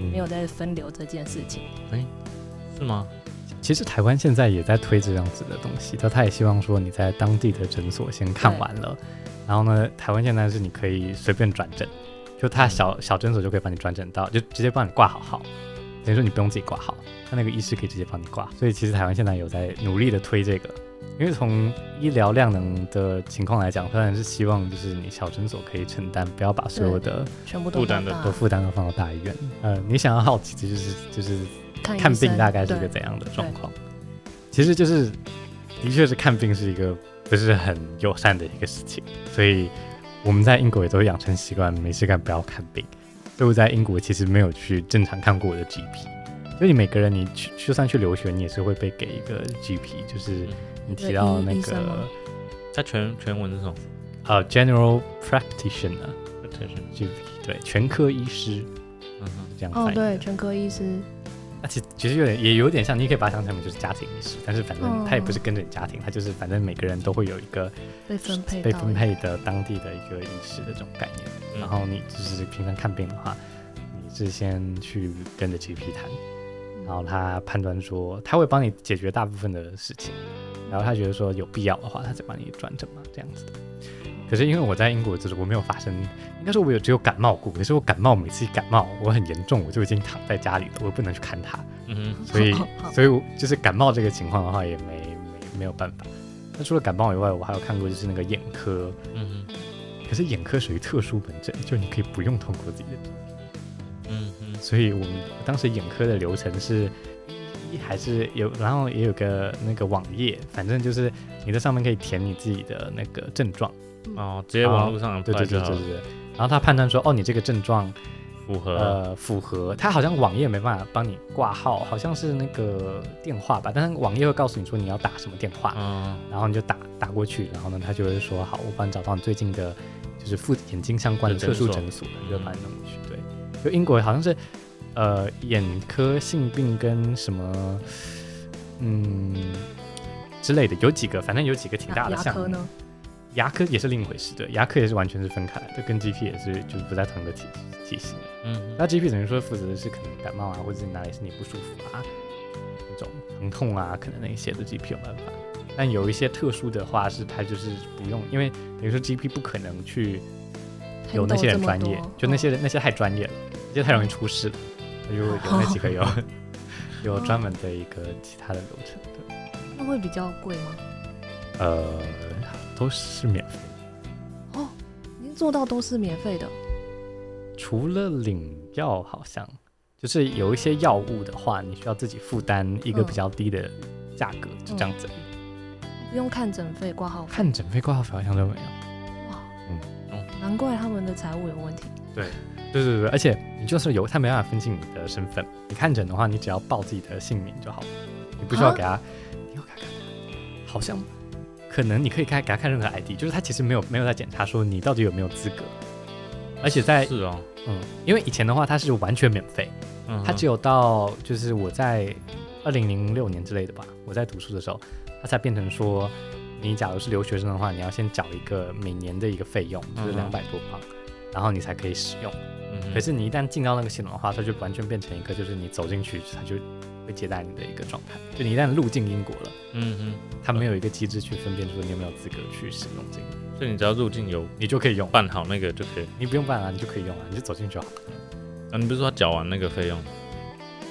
Speaker 2: 嗯
Speaker 3: 没有在分流这件事情。
Speaker 1: 是吗？
Speaker 2: 其实台湾现在也在推这样子的东西，他他也希望说你在当地的诊所先看完了，然后呢，台湾现在是你可以随便转诊，就他小小诊所就可以帮你转诊到，就直接帮你挂好号，等于说你不用自己挂号，他那个医师可以直接帮你挂。所以其实台湾现在有在努力的推这个，因为从医疗量能的情况来讲，当然是希望就是你小诊所可以承担，不要把所有的
Speaker 3: 全部都
Speaker 1: 负担的
Speaker 3: 放大
Speaker 2: 的负担都放到大医院。呃，你想要好奇的就是就是
Speaker 3: 看
Speaker 2: 看
Speaker 3: 医生
Speaker 2: 病大概是个
Speaker 3: 对
Speaker 2: 怎样的状况？其实就是，的确是看病是一个不是很友善的一个事情，所以我们在英国也都养成习惯，没事干不要看病。所以我在英国其实没有去正常看过我的 GP。就你每个人，你去就算去留学，你也是会被给一个 GP，就是你提到
Speaker 3: 对
Speaker 2: 那
Speaker 3: 医医生吗
Speaker 2: 个
Speaker 1: 它全全文是什么？
Speaker 2: 呃 General Practitioner
Speaker 1: 全是
Speaker 2: GP，对，全科医师
Speaker 1: 嗯哼，
Speaker 2: 这样翻译
Speaker 3: 哦，
Speaker 2: 的。
Speaker 3: 对，全科医师，
Speaker 2: 那其其实有点也有点像，你可以把它想成就是家庭医师，但是反正
Speaker 3: 嗯
Speaker 2: 他也不是跟着你家庭，他就是反正每个人都会有一个
Speaker 3: 被分配
Speaker 2: 被
Speaker 3: 到
Speaker 2: 分配的当地的一个医师的这种概念。
Speaker 1: 嗯
Speaker 2: 然后你就是平常看病的话，你是先去跟着 GP 谈，
Speaker 3: 嗯
Speaker 2: 然后他判断说他会帮你解决大部分的事情，然后他觉得说有必要的话，他再帮你转诊嘛，这样子的。可是因为我在英国，就是我没有发生，应该说我有只有感冒过，可是我感冒每次一感冒我很严重，我就已经躺在家里了，我不能去看他。
Speaker 1: 嗯哼，
Speaker 2: 所以
Speaker 3: 好好
Speaker 2: 所以我就是感冒这个情况的话，也没没没有办法。那除了感冒以外，我还有看过就是那个眼科，
Speaker 1: 嗯哼，
Speaker 2: 可是眼科属于特殊门诊，就你可以不用通过自己的诊。
Speaker 1: 嗯哼，
Speaker 2: 所以我们当时眼科的流程是，一还是有，然后也有个那个网页，反正就是你在上面可以填你自己的那个症状，
Speaker 1: 哦，直接网络上
Speaker 2: 对
Speaker 1: 拍
Speaker 2: 对对
Speaker 1: 就
Speaker 2: 对
Speaker 1: 好
Speaker 2: 对
Speaker 1: 了，
Speaker 2: 对。然后他判断说，哦，你这个症状
Speaker 1: 符合
Speaker 3: 嗯
Speaker 2: 呃符合，它好像网页没办法帮你挂号，好像是那个电话吧，但是网页会告诉你说你要打什么电话，
Speaker 1: 嗯
Speaker 2: 然后你就打打过去，然后呢，他就会说好，我帮你找到你最近的，就是附眼睛相关的
Speaker 1: 的
Speaker 2: 特
Speaker 1: 诊
Speaker 2: 殊
Speaker 1: 所
Speaker 2: 诊所，就把你弄过去。对，就英国好像是呃眼科、性病跟什么嗯之类的，有几个，反正有几个挺大
Speaker 3: 牙
Speaker 2: 的
Speaker 3: 牙
Speaker 2: 项
Speaker 3: 科
Speaker 2: 目。
Speaker 3: 呢？
Speaker 2: 牙科也是另一回事，对，牙科也是完全是分开来的，跟 GP 也是就是不在同一个体体系。
Speaker 1: 嗯哼，
Speaker 2: 那 GP 等于说负责的是可能感冒啊，或者是哪里身体不舒服啊，那种疼痛啊，可能那一些的 GP 有办法。但有一些特殊的话，是他就是不用，因为等于说 GP 不可能去有那些人专业，就那些
Speaker 3: 哦
Speaker 2: 人、那些太专业了，那些太容易出事了，他就有那几个有、 有专门的一个其他的流程的，
Speaker 3: 那会比较贵吗？
Speaker 2: 呃，都是免费的，
Speaker 3: 哦，您做到都是免费的，
Speaker 2: 除了领药，好像就是有一些药物的话，你需要自己负担一个
Speaker 3: 嗯
Speaker 2: 比较低的价格，就这样子而已。
Speaker 3: 不用看诊费、挂号费。
Speaker 2: 看诊费、挂号费好像都没有。
Speaker 3: 难怪他们的财务有问题。
Speaker 2: 对对对，而且你就是有，他没办法分清你的身份。你看诊的话，你只要报自己的姓名就好了，你不需要
Speaker 3: 啊
Speaker 2: 给他，你要给他看，好像可能你可以给他给他看任何 ID，就是他其实没有没有在检查说你到底有没有资格。而且在
Speaker 1: 是哦，
Speaker 2: 嗯，因为以前的话它是完全免费，
Speaker 1: 嗯
Speaker 2: 它只有到就是我在二零零六年之类的吧，我在读书的时候，它才变成说，你假如是留学生的话，你要先缴一个每年的一个费用，就是
Speaker 1: 嗯
Speaker 2: 两百多磅，然后你才可以使用。
Speaker 1: 哼
Speaker 2: 可是你一旦进到那个系统的话，它就完全变成一个就是你走进去，它就会接待你的一个状态。就你一旦入境英国了，
Speaker 1: 嗯哼，
Speaker 2: 它没有一个机制去分辨出你有没有资格去使用这个，
Speaker 1: 所以你只要入境有
Speaker 2: 你就可以用，
Speaker 1: 办好那个就可以。
Speaker 2: 你不用办啊，你就可以用啊，你就走进去就好。
Speaker 1: 啊，你不是说缴完那个费用？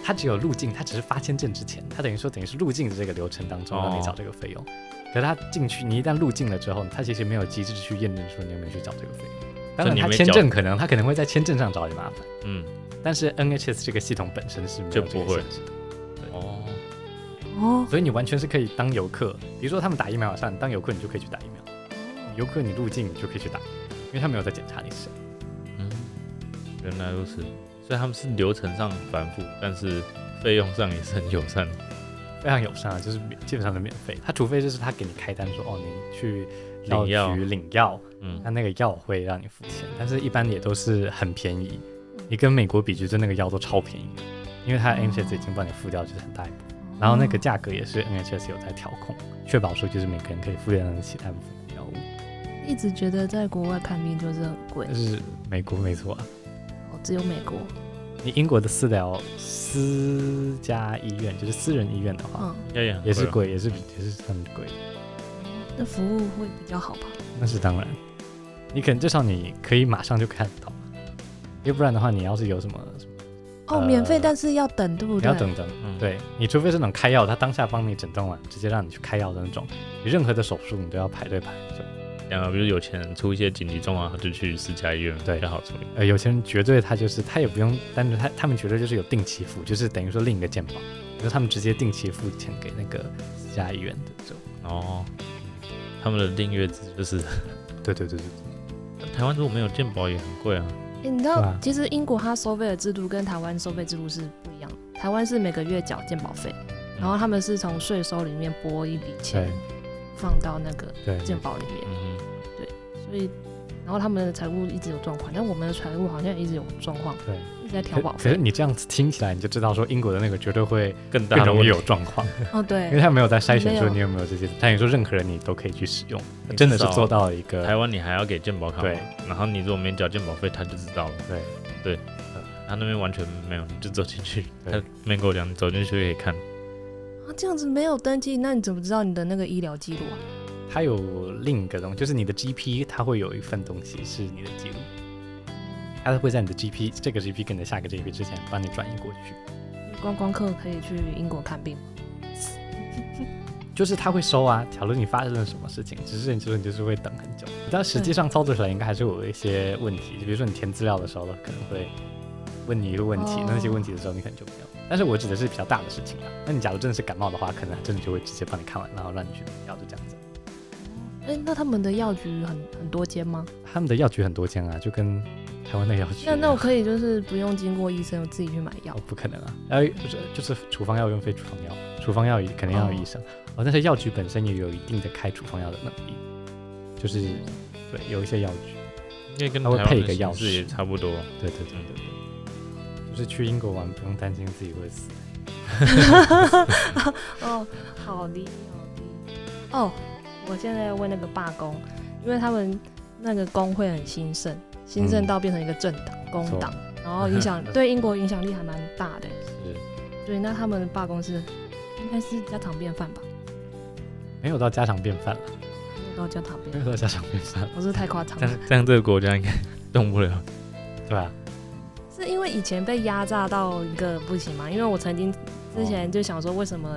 Speaker 2: 它只有入境，它只是发签证之前，它等于说等于是入境的这个流程当中
Speaker 1: 哦
Speaker 2: 让你缴这个费用。可是它进去，你一旦入境了之后，它其实没有机制去验证说你有没有去缴这个费用。当
Speaker 1: 所以
Speaker 2: 然，
Speaker 1: 你
Speaker 2: 它
Speaker 1: 没
Speaker 2: 签
Speaker 1: 缴
Speaker 2: 证可能它可能会在签证上找你麻烦，
Speaker 1: 嗯，
Speaker 2: 但是 NHS 这个系统本身是没有
Speaker 1: 就
Speaker 2: 这
Speaker 1: 不
Speaker 2: 个
Speaker 1: 会
Speaker 2: 限制的
Speaker 1: 哦，
Speaker 3: 哦，
Speaker 2: 所以你完全是可以当游客。比如说他们打疫苗上，你当游客你就可以去打疫苗，游客你入境你就可以去打，因为他没有在检查你是谁。
Speaker 1: 嗯，原来如此。所以他们是流程上繁复，但是费用上也是很友善。
Speaker 2: 非常友善啊，就是免基本上都免费。他除非就是他给你开单说，哦，你去
Speaker 1: 领药
Speaker 2: 药局领药，
Speaker 1: 嗯
Speaker 2: 那那个药会让你付钱，但是一般也都是很便宜。
Speaker 3: 嗯
Speaker 2: 你跟美国比，就是那个药都超便宜的，因为
Speaker 3: 哦
Speaker 2: 它的 NHS 已经帮你付掉，就是很大一部分。然后那
Speaker 3: 嗯
Speaker 2: 个价格也是 NHS 有在调控，确保说就是每个人可以负担得起大部分的药物。
Speaker 3: 哦一直觉得在国外看病就是很贵
Speaker 2: 但，是美国没错啊，
Speaker 3: 哦，只有美国。
Speaker 2: 你英国的私疗私家医院就是私人医院的话，
Speaker 3: 嗯，
Speaker 1: 要也很
Speaker 2: 也是
Speaker 1: 哦
Speaker 2: 贵，也是也是很贵。
Speaker 3: 嗯那服务会比较好吧？
Speaker 2: 那是当然，你可能至少你可以马上就看到，要不然的话，你要是有什么，
Speaker 3: 哦，
Speaker 2: 呃
Speaker 3: 免费，但是要等，对不
Speaker 2: 你
Speaker 3: 对？
Speaker 2: 要等等，
Speaker 1: 嗯，
Speaker 2: 对你除非是那种开药，他当下帮你诊断完，直接让你去开药的那种，你任何的手术你都要排队排很久。
Speaker 1: 然呃后比如有钱人出一些紧急状况，他就去私家医院，
Speaker 2: 对
Speaker 1: 比较好处理。
Speaker 2: 呃，有些人绝对他就是他也不用，但是他他们绝对就是有定期付，就是等于说另一个健保，就是他们直接定期付钱给那个私家医院的这种。
Speaker 1: 哦，他们的订阅制就是，
Speaker 2: 对对对对，
Speaker 1: 台湾如果没有健保也很贵啊。
Speaker 3: 诶你知
Speaker 2: 对
Speaker 3: 道
Speaker 2: 啊，
Speaker 3: 其实英国它收费的制度跟台湾收费制度是不一样的。台湾是每个月缴健保费，
Speaker 2: 嗯
Speaker 3: 然后他们是从税收里面拨一笔
Speaker 2: 对
Speaker 3: 钱放到那个
Speaker 2: 对对
Speaker 3: 健保里面，
Speaker 1: 嗯哼，
Speaker 3: 所以然后他们的财务一直有状况，但我们的财务好像一直有状况，
Speaker 2: 对。
Speaker 3: 一直在调
Speaker 2: 可
Speaker 3: 保
Speaker 2: 可是
Speaker 3: 费。
Speaker 2: 你这样子听起来，你就知道说英国的那个绝对会
Speaker 1: 更大的
Speaker 2: 更容
Speaker 1: 问
Speaker 2: 易
Speaker 1: 题
Speaker 2: 有状况。
Speaker 3: 哦，
Speaker 2: 因为
Speaker 3: 对，
Speaker 2: 他没有在筛选
Speaker 3: 没
Speaker 2: 说
Speaker 3: 有
Speaker 2: 你有没有这些，他也说任何人你都可以去使用，
Speaker 1: 你
Speaker 2: 真的是
Speaker 1: 至少
Speaker 2: 做到了一个
Speaker 1: 台湾你还要给健保卡嘛
Speaker 2: 对
Speaker 1: 然后你如果没缴健保费，他就知道了。
Speaker 2: 对
Speaker 1: 对，他那边完全没有，你就走进去，
Speaker 2: 对
Speaker 1: 他没跟我讲，你走进去可以看。
Speaker 3: 啊，这样子没有登记，那你怎么知道你的那个医疗记录啊？
Speaker 2: 他有另一个东西，就是你的 GP，他会有一份东西是你的记录，他会在你的 GP 这个 GP 跟你的下个 GP 之前帮你转移过去，
Speaker 3: 观光客可以去英国看病吗，
Speaker 2: 就是他会收啊，假如你发生了什么事情，只是你就是你就是会等很久，但实际上操作起来应该还是有一些问题，就比如说你填资料的时候可能会问你一个问题，
Speaker 3: 哦
Speaker 2: 那些问题的时候你可能就没有。但是我指的是比较大的事情啊，那你假如真的是感冒的话，可能真的就会直接帮你看完，然后让你去领药，就这样子。
Speaker 3: 哎，那他们的药局很很多间吗？
Speaker 2: 他们的药局很多间啊，就跟台湾的药局一
Speaker 3: 那
Speaker 2: 样。
Speaker 3: 那我可以就是不用经过医生，我自己去买药
Speaker 2: 哦，不可能啊！呃，就是就是处方药用非处方药，处方药也肯定要有医生。哦，但是药局本身也有一定的开处方药的能力，就是对，有一些药局，
Speaker 1: 应该跟
Speaker 2: 他
Speaker 1: 台
Speaker 2: 会
Speaker 1: 湾
Speaker 2: 配一
Speaker 1: 的
Speaker 2: 个
Speaker 1: 形
Speaker 2: 钥
Speaker 1: 式也
Speaker 2: 匙
Speaker 1: 差不多。
Speaker 2: 对对对对对，就是去英国玩不用担心自己会死。
Speaker 3: 哦，好的，好的。哦，我现在要问那个罢工，因为他们那个工会很兴盛，兴盛
Speaker 2: 嗯
Speaker 3: 到变成一个政党、工党，然后影 响对英国影响力还蛮大的。
Speaker 2: 是
Speaker 3: 对，那他们罢工是应该是家常便饭吧？
Speaker 2: 没有到家常便饭了，
Speaker 3: 到家常便
Speaker 2: 没有
Speaker 3: 饭，
Speaker 2: 到家常便饭，
Speaker 3: 不是太夸张
Speaker 1: 这
Speaker 3: 了。
Speaker 1: 样这样这个国家应该 动不了。
Speaker 2: 对吧、
Speaker 3: 是因为以前被压榨到一个不行嘛？因为我曾
Speaker 2: 哦
Speaker 3: 经之前就想说，为什么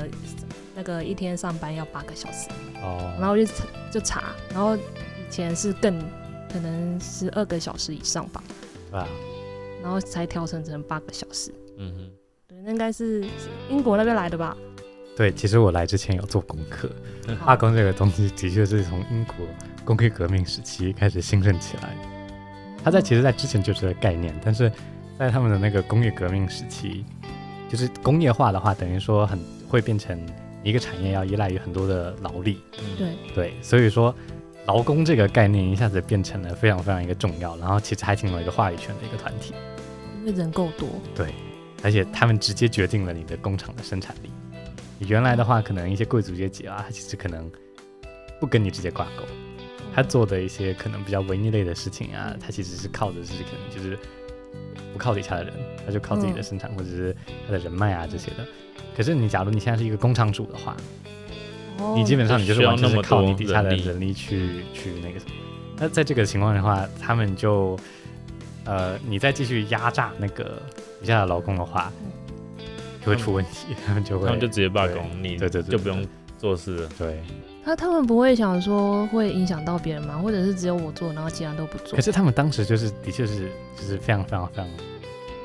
Speaker 3: 那个一天上班要八个小时？
Speaker 2: 哦，
Speaker 3: 然后就查就查，然后以前是更可能十二个小时以上吧。
Speaker 2: 对吧、
Speaker 3: 然后才调整成八个小时。
Speaker 1: 嗯哼，
Speaker 3: 对，那应该是是英国那边来 的吧？
Speaker 2: 对，其实我来之前有做功课，
Speaker 3: 好
Speaker 2: 罢工这个东西的确是从英国工业革命时期开始兴盛起来的。它在其实，在之前就是这个概念，但是在他们的那个工业革命时期，就是工业化的话，等于说很会变成一个产业要依赖于很多的劳力，
Speaker 1: 嗯
Speaker 3: 对，
Speaker 2: 对，所以说劳工这个概念一下子变成了非常非常一个重要，然后其实还挺有一个话语权的一个团体，
Speaker 3: 哦因为人够多。
Speaker 2: 而且他们直接决定了你的工厂的生产力。你原来的话，可能一些贵族阶级啊，他其实可能不跟你直接挂钩，他做的一些可能比较文艺类的事情啊，他其实是靠的是可能就是不靠底下的人，他就靠自己的
Speaker 3: 嗯
Speaker 2: 生产、或者是他的人脉啊这些的。可是你假如你现在是一个工厂主的话，
Speaker 3: 哦
Speaker 2: 你基本上你就是完全是靠你底下的
Speaker 1: 不需要那么多
Speaker 2: 人力去去那个什么。那在这个情况的话，他们就呃，你再继续压榨那个底下的劳工的话，就会出问题，他们就会
Speaker 1: 他们就直接罢工，你
Speaker 2: 对对对
Speaker 1: 就不用做事了。
Speaker 2: 对。
Speaker 3: 他他们不会想说会影响到别人吗？或者是只有我做，然后其他人都不做
Speaker 2: 可，是他们当时就是的确是就是非常非常非常，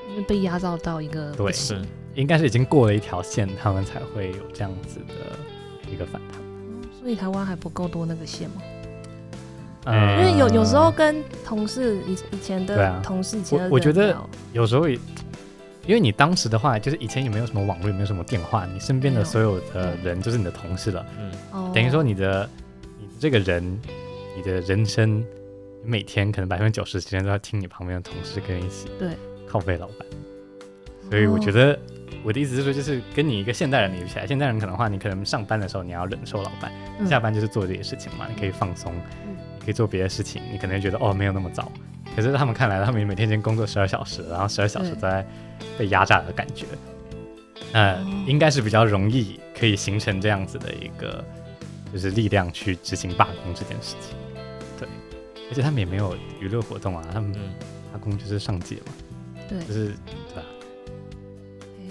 Speaker 3: 因为被压榨到一个
Speaker 2: 对
Speaker 3: 不行
Speaker 1: 是，
Speaker 2: 应该是已经过了一条线，他们才会有这样子的一个反弹。
Speaker 3: 所以台湾还不够多那个线吗？因
Speaker 1: 哎
Speaker 3: 为有有时候
Speaker 2: 嗯
Speaker 3: 跟同事以以前
Speaker 2: 对
Speaker 3: 的
Speaker 2: 啊
Speaker 3: 同事以前的
Speaker 2: 我我觉得
Speaker 3: 人聊
Speaker 2: 有时候也，因为你当时的话，就是以前也没有什么网络，也没有什么电话，你身边的
Speaker 3: 没有
Speaker 2: 所有的人就是你的同事了，
Speaker 1: 嗯，
Speaker 3: 哦
Speaker 2: 等于说你的你这个人，你的人生，你每天可能百分之九十时间都要听你旁边的同事跟你一起
Speaker 3: 对
Speaker 2: 靠背老板，所以我
Speaker 3: 哦
Speaker 2: 觉得。我的意思是说，就是跟你一个现代人比起来，现代人可能的话，你可能上班的时候你要忍受老板，
Speaker 3: 嗯
Speaker 2: 下班就是做这些事情嘛，你可以放松，
Speaker 3: 嗯
Speaker 2: 你可以做别的事情，你可能觉得哦没有那么早，可是他们看来，他们每天已经工作十二小时，然后十二小时
Speaker 3: 对
Speaker 2: 都在被压榨的感觉，呃，
Speaker 3: 哦
Speaker 2: 应该是比较容易可以形成这样子的一个就是力量去执行罢工这件事情，对，而且他们也没有娱乐活动啊，他们
Speaker 1: 嗯
Speaker 2: 罢工就是上街嘛，
Speaker 3: 对
Speaker 2: 就是对吧、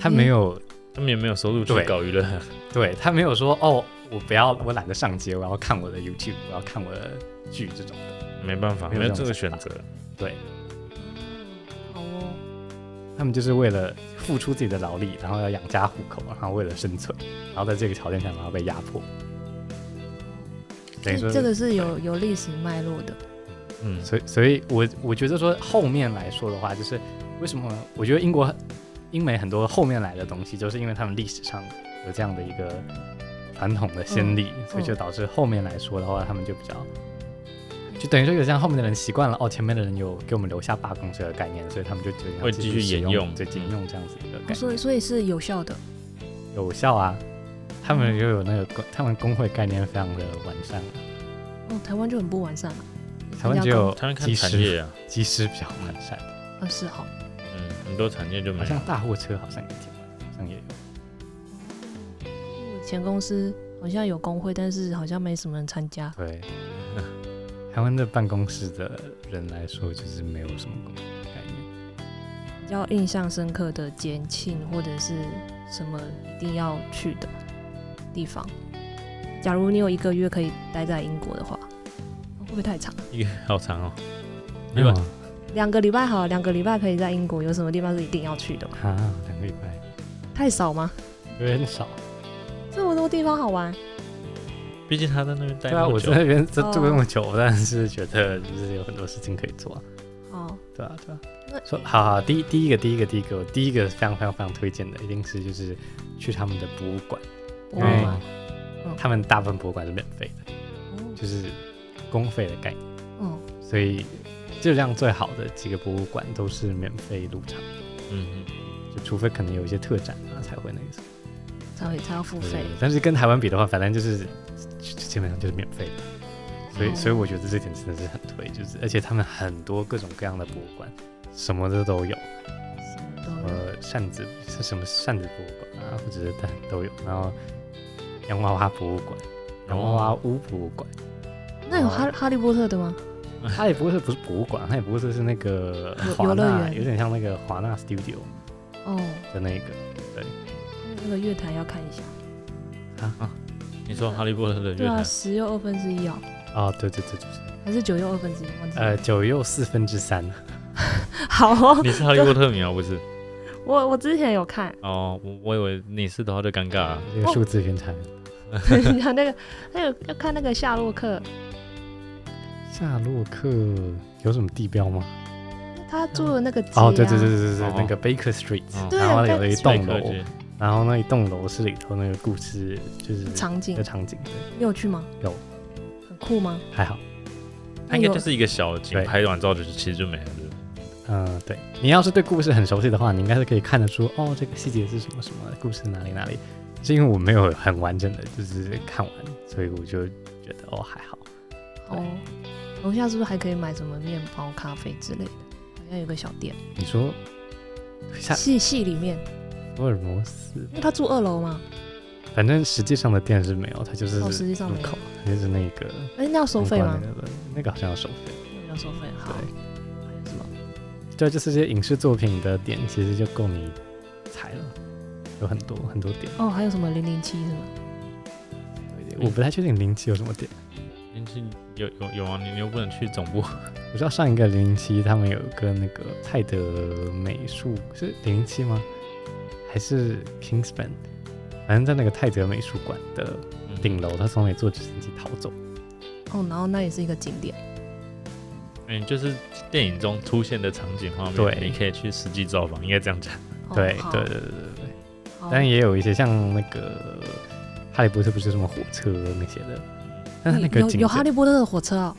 Speaker 2: 他
Speaker 3: 嗯
Speaker 2: 没有
Speaker 1: 他们也没有收入去
Speaker 2: 对
Speaker 1: 搞娱乐，
Speaker 2: 对他没有说哦，我不要，我懒得上街，我要看我的 YouTube，我要看我的剧这种的。
Speaker 1: 没办法，
Speaker 2: 没
Speaker 1: 没有
Speaker 2: 有这
Speaker 1: 这
Speaker 2: 种
Speaker 1: 个
Speaker 2: 想
Speaker 1: 选
Speaker 2: 法
Speaker 1: 择。
Speaker 2: 对
Speaker 3: 好哦，
Speaker 2: 他们就是为了付出自己的劳力，然后要养家糊口，然后为了生存，然后在这个条件下，然后被压迫。等于说，
Speaker 3: 这个是有有历史脉络的，
Speaker 1: 嗯，
Speaker 2: 所以，所以我我觉得说后面来说的话，就是为什么我觉得英国、英美很多后面来的东西，就是因为他们历史上有这样的一个传统的先例，所以就导致后面来说的话，他们就比较，就等于说有这样后面的人习惯了，哦，前面的人有给我们留下罢工这个概念，所以他们就决定
Speaker 1: 会继续
Speaker 2: 使
Speaker 1: 沿用
Speaker 2: 对，沿用这样子一个概念，
Speaker 3: 所以所以是有效的。
Speaker 2: 有效啊。他们又有那个工，他们工会概念非常的完善，
Speaker 3: 哦，台湾就很不完善了。
Speaker 2: 台湾只有
Speaker 1: 他们看
Speaker 2: 技
Speaker 1: 产
Speaker 2: 师，
Speaker 1: 业啊，
Speaker 2: 技师比较完善。
Speaker 3: 二十号，
Speaker 1: 嗯，很多产业就没
Speaker 2: 好
Speaker 1: 有
Speaker 2: 像。大货车好像也挺，好像也有。
Speaker 3: 我前公司好像有工会，但是好像没什么人参加。
Speaker 2: 对， 台湾的办公室的人来说，就是没有什么工作概念。
Speaker 3: 比较印象深刻的节庆或者是什么一定要去的地方，假如你有一个月可以待在英国的话，会不会太长？
Speaker 1: 一个好长哦，没有啊
Speaker 3: 两个礼拜好，两个礼拜可以在英国，有什么地方是一定要去的吗？
Speaker 2: 啊，两个礼拜
Speaker 3: 太少吗？
Speaker 2: 有点少。
Speaker 3: 这么多地方好玩，
Speaker 1: 毕竟他在那边待
Speaker 2: 对啊，
Speaker 1: 那
Speaker 2: 我
Speaker 1: 么久
Speaker 2: 在，那边住
Speaker 3: 哦
Speaker 2: 住那么久，但是觉得就是有很多事情可以做啊。
Speaker 3: 哦，
Speaker 2: 对啊，对啊
Speaker 3: 那。
Speaker 2: 说好好，第一第一个第一个第一个，我第一个非常非常非常推荐的，一定是就是去他们的博物馆，
Speaker 3: 博
Speaker 2: 因
Speaker 3: 物
Speaker 2: 为
Speaker 3: 馆，嗯
Speaker 2: 他们大部分博物馆是免费的，
Speaker 3: 哦
Speaker 2: 就是公费的概念，
Speaker 3: 嗯，
Speaker 2: 所以质量最好的几个博物馆都是免费入场。
Speaker 1: 嗯
Speaker 2: 就除非可能有一些特展啊才会那个什么。
Speaker 3: 才会才要付费
Speaker 2: 对，但是跟台湾比的话，反正就是基基本上就是免费的，所以、
Speaker 3: 哦
Speaker 2: 所以我觉得这点真的是很推，就是而且他们很多各种各样的博物馆，什么的都有，
Speaker 3: 什么都有
Speaker 2: 呃，扇子是什么扇子博物馆啊，或者是蛋都有，然后洋娃娃博物馆、
Speaker 3: 哦
Speaker 2: 洋娃
Speaker 1: 哦
Speaker 2: 娃屋博物馆，
Speaker 3: 那有
Speaker 2: 啊
Speaker 3: 哈哈利波特的吗？
Speaker 2: 它也不会是不是博物馆，它也不会说是那个
Speaker 3: 游
Speaker 2: 华
Speaker 3: 游乐
Speaker 2: 纳，
Speaker 3: 园
Speaker 2: 有点像那个华纳 Studio
Speaker 3: 哦，
Speaker 2: 的那个，
Speaker 3: 那个月台要看一下。
Speaker 1: 哼，你说《哈利波特》的
Speaker 3: 对
Speaker 1: 乐
Speaker 3: 啊，
Speaker 1: 坛，
Speaker 3: 十又二分之一哦，
Speaker 2: 哦，对对对对对，呃
Speaker 3: 还是九又二分之一？忘记了。
Speaker 2: 呃，九又四分之三。
Speaker 3: 好哦。
Speaker 1: 你是哈利波特迷啊？不是？
Speaker 3: 我我之前有看，
Speaker 1: 哦，我我以为你是的话就尴尬啊了。
Speaker 2: 这个数字偏差。
Speaker 3: 你看那个，还有要看那个夏洛克，
Speaker 2: 夏洛克有什么地标吗？
Speaker 3: 他住的那个街、啊
Speaker 2: 哦，对对对对对对
Speaker 1: 哦，
Speaker 2: 那个 Baker Street，
Speaker 1: 哦
Speaker 3: 对
Speaker 2: 然后有一栋
Speaker 1: 麦克
Speaker 2: 楼
Speaker 1: 街，
Speaker 2: 然后那一栋楼是里头那个故事，就是
Speaker 3: 场景
Speaker 2: 的，场景，对
Speaker 3: 你有去吗？
Speaker 2: 有，
Speaker 3: 很酷吗？
Speaker 2: 还好。
Speaker 1: 它应该就是一个小景
Speaker 2: 对，
Speaker 1: 拍完照就是其实就没了。对不对
Speaker 2: 嗯，对，你要是对故事很熟悉的话，你应该是可以看得出，哦，这个细节是什么什么，故事哪里哪里。是因为我没有很完整的就是看完，所以我就觉得哦还好。
Speaker 3: 哦，楼下是不是还可以买什么面包、咖啡之类的？好像有个小店，
Speaker 2: 你说下
Speaker 3: 戏戏里面，
Speaker 2: 福尔摩斯，
Speaker 3: 因为他住二楼嘛，
Speaker 2: 反正实际上的店是没有，它就是
Speaker 3: 哦，实际上
Speaker 2: 入
Speaker 3: 没有
Speaker 2: 口。，它就是那个
Speaker 3: 哎、那要收费吗
Speaker 2: 公？关的那个？那个好像要收费。
Speaker 3: 要收费，好。还有什么？
Speaker 2: 对，就是这些影视作品的点，其实就够你踩了，有很多很多点。
Speaker 3: 哦，还有什么零零七是吗？
Speaker 1: 嗯
Speaker 2: 我不太确定零七有什么点，
Speaker 1: 你是有有有啊，你你又不能去总部。
Speaker 2: 我知道上一个零零七他们有跟那个泰德美术是零零七吗？还是 Kingspan？反正在那个泰德美术馆的
Speaker 1: 嗯
Speaker 2: 顶楼，他从那里坐直升机逃走。
Speaker 3: 哦，然后那也是一个景点。
Speaker 1: 嗯，就是电影中出现的场景画面，
Speaker 2: 对
Speaker 1: 你可以去实际造访，应该这样讲。
Speaker 3: 哦
Speaker 2: 对
Speaker 3: 好
Speaker 2: 对对对对对。
Speaker 3: 好
Speaker 2: 但也有一些像那个哈利波特，不是什么火车那些的，
Speaker 1: 嗯
Speaker 2: 但是那个
Speaker 3: 嗯有
Speaker 2: 景
Speaker 3: 有哈
Speaker 2: 色
Speaker 3: 利波特的火车哦，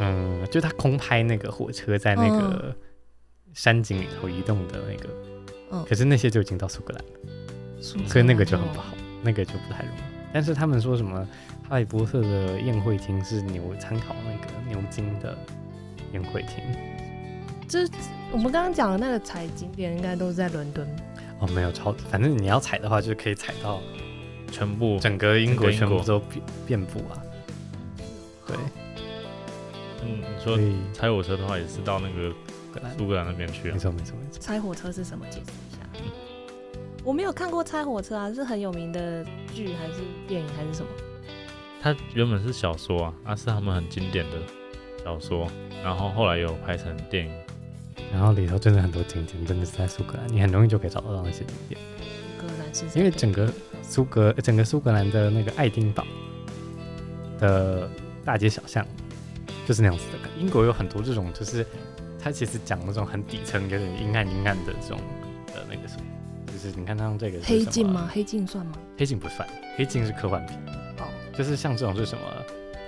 Speaker 2: 嗯，就他空拍那个火车在那
Speaker 3: 嗯
Speaker 2: 个山景里头移动的那个，
Speaker 3: 嗯
Speaker 2: 可是那些就已经到苏格兰了，
Speaker 3: 苏格兰
Speaker 2: 所以那个就很
Speaker 3: 哦
Speaker 2: 不好，那个就不太容易。但是他们说什么哈利波特的宴会厅是牛参考那个牛津的宴会厅
Speaker 3: 我们刚刚讲的那个踩景点，应该都是在伦敦。
Speaker 2: 哦，没有超，反正你要踩的话，就可以踩到
Speaker 1: 全部
Speaker 2: 整个英国
Speaker 1: 整个
Speaker 2: 全
Speaker 1: 英
Speaker 2: 部
Speaker 1: 国
Speaker 2: 都遍遍布啊。对，
Speaker 1: 嗯，你
Speaker 2: 所
Speaker 1: 说
Speaker 2: 以
Speaker 1: 拆火车的话，也是到那个
Speaker 2: 苏格兰，
Speaker 1: 苏格兰那边去
Speaker 2: 没
Speaker 1: 啊。
Speaker 2: 错没错没错，
Speaker 3: 拆火车是什么？解释一下。我没有看过拆火车啊，是很有名的剧还是电影还是什么？
Speaker 1: 它原本是小说啊，啊是他们很经典的小说，然后后来有拍成电影。
Speaker 2: 然后里头真的很多景点，真的是在苏格兰，你很容易就可以找得到那些景点。
Speaker 3: 苏格兰是
Speaker 2: 因为整个苏格整个苏格兰的那个爱丁堡的大街小巷就是那样子的。英国有很多这种，就是它其实讲那种很底层、有点阴暗阴暗的这种的那个什么，就是你看像这个是
Speaker 3: 黑
Speaker 2: 什么啊
Speaker 3: 镜吗？？黑镜算吗？
Speaker 2: 黑镜不算，黑镜是科幻片，
Speaker 3: 哦，
Speaker 2: 就是像这种是什么？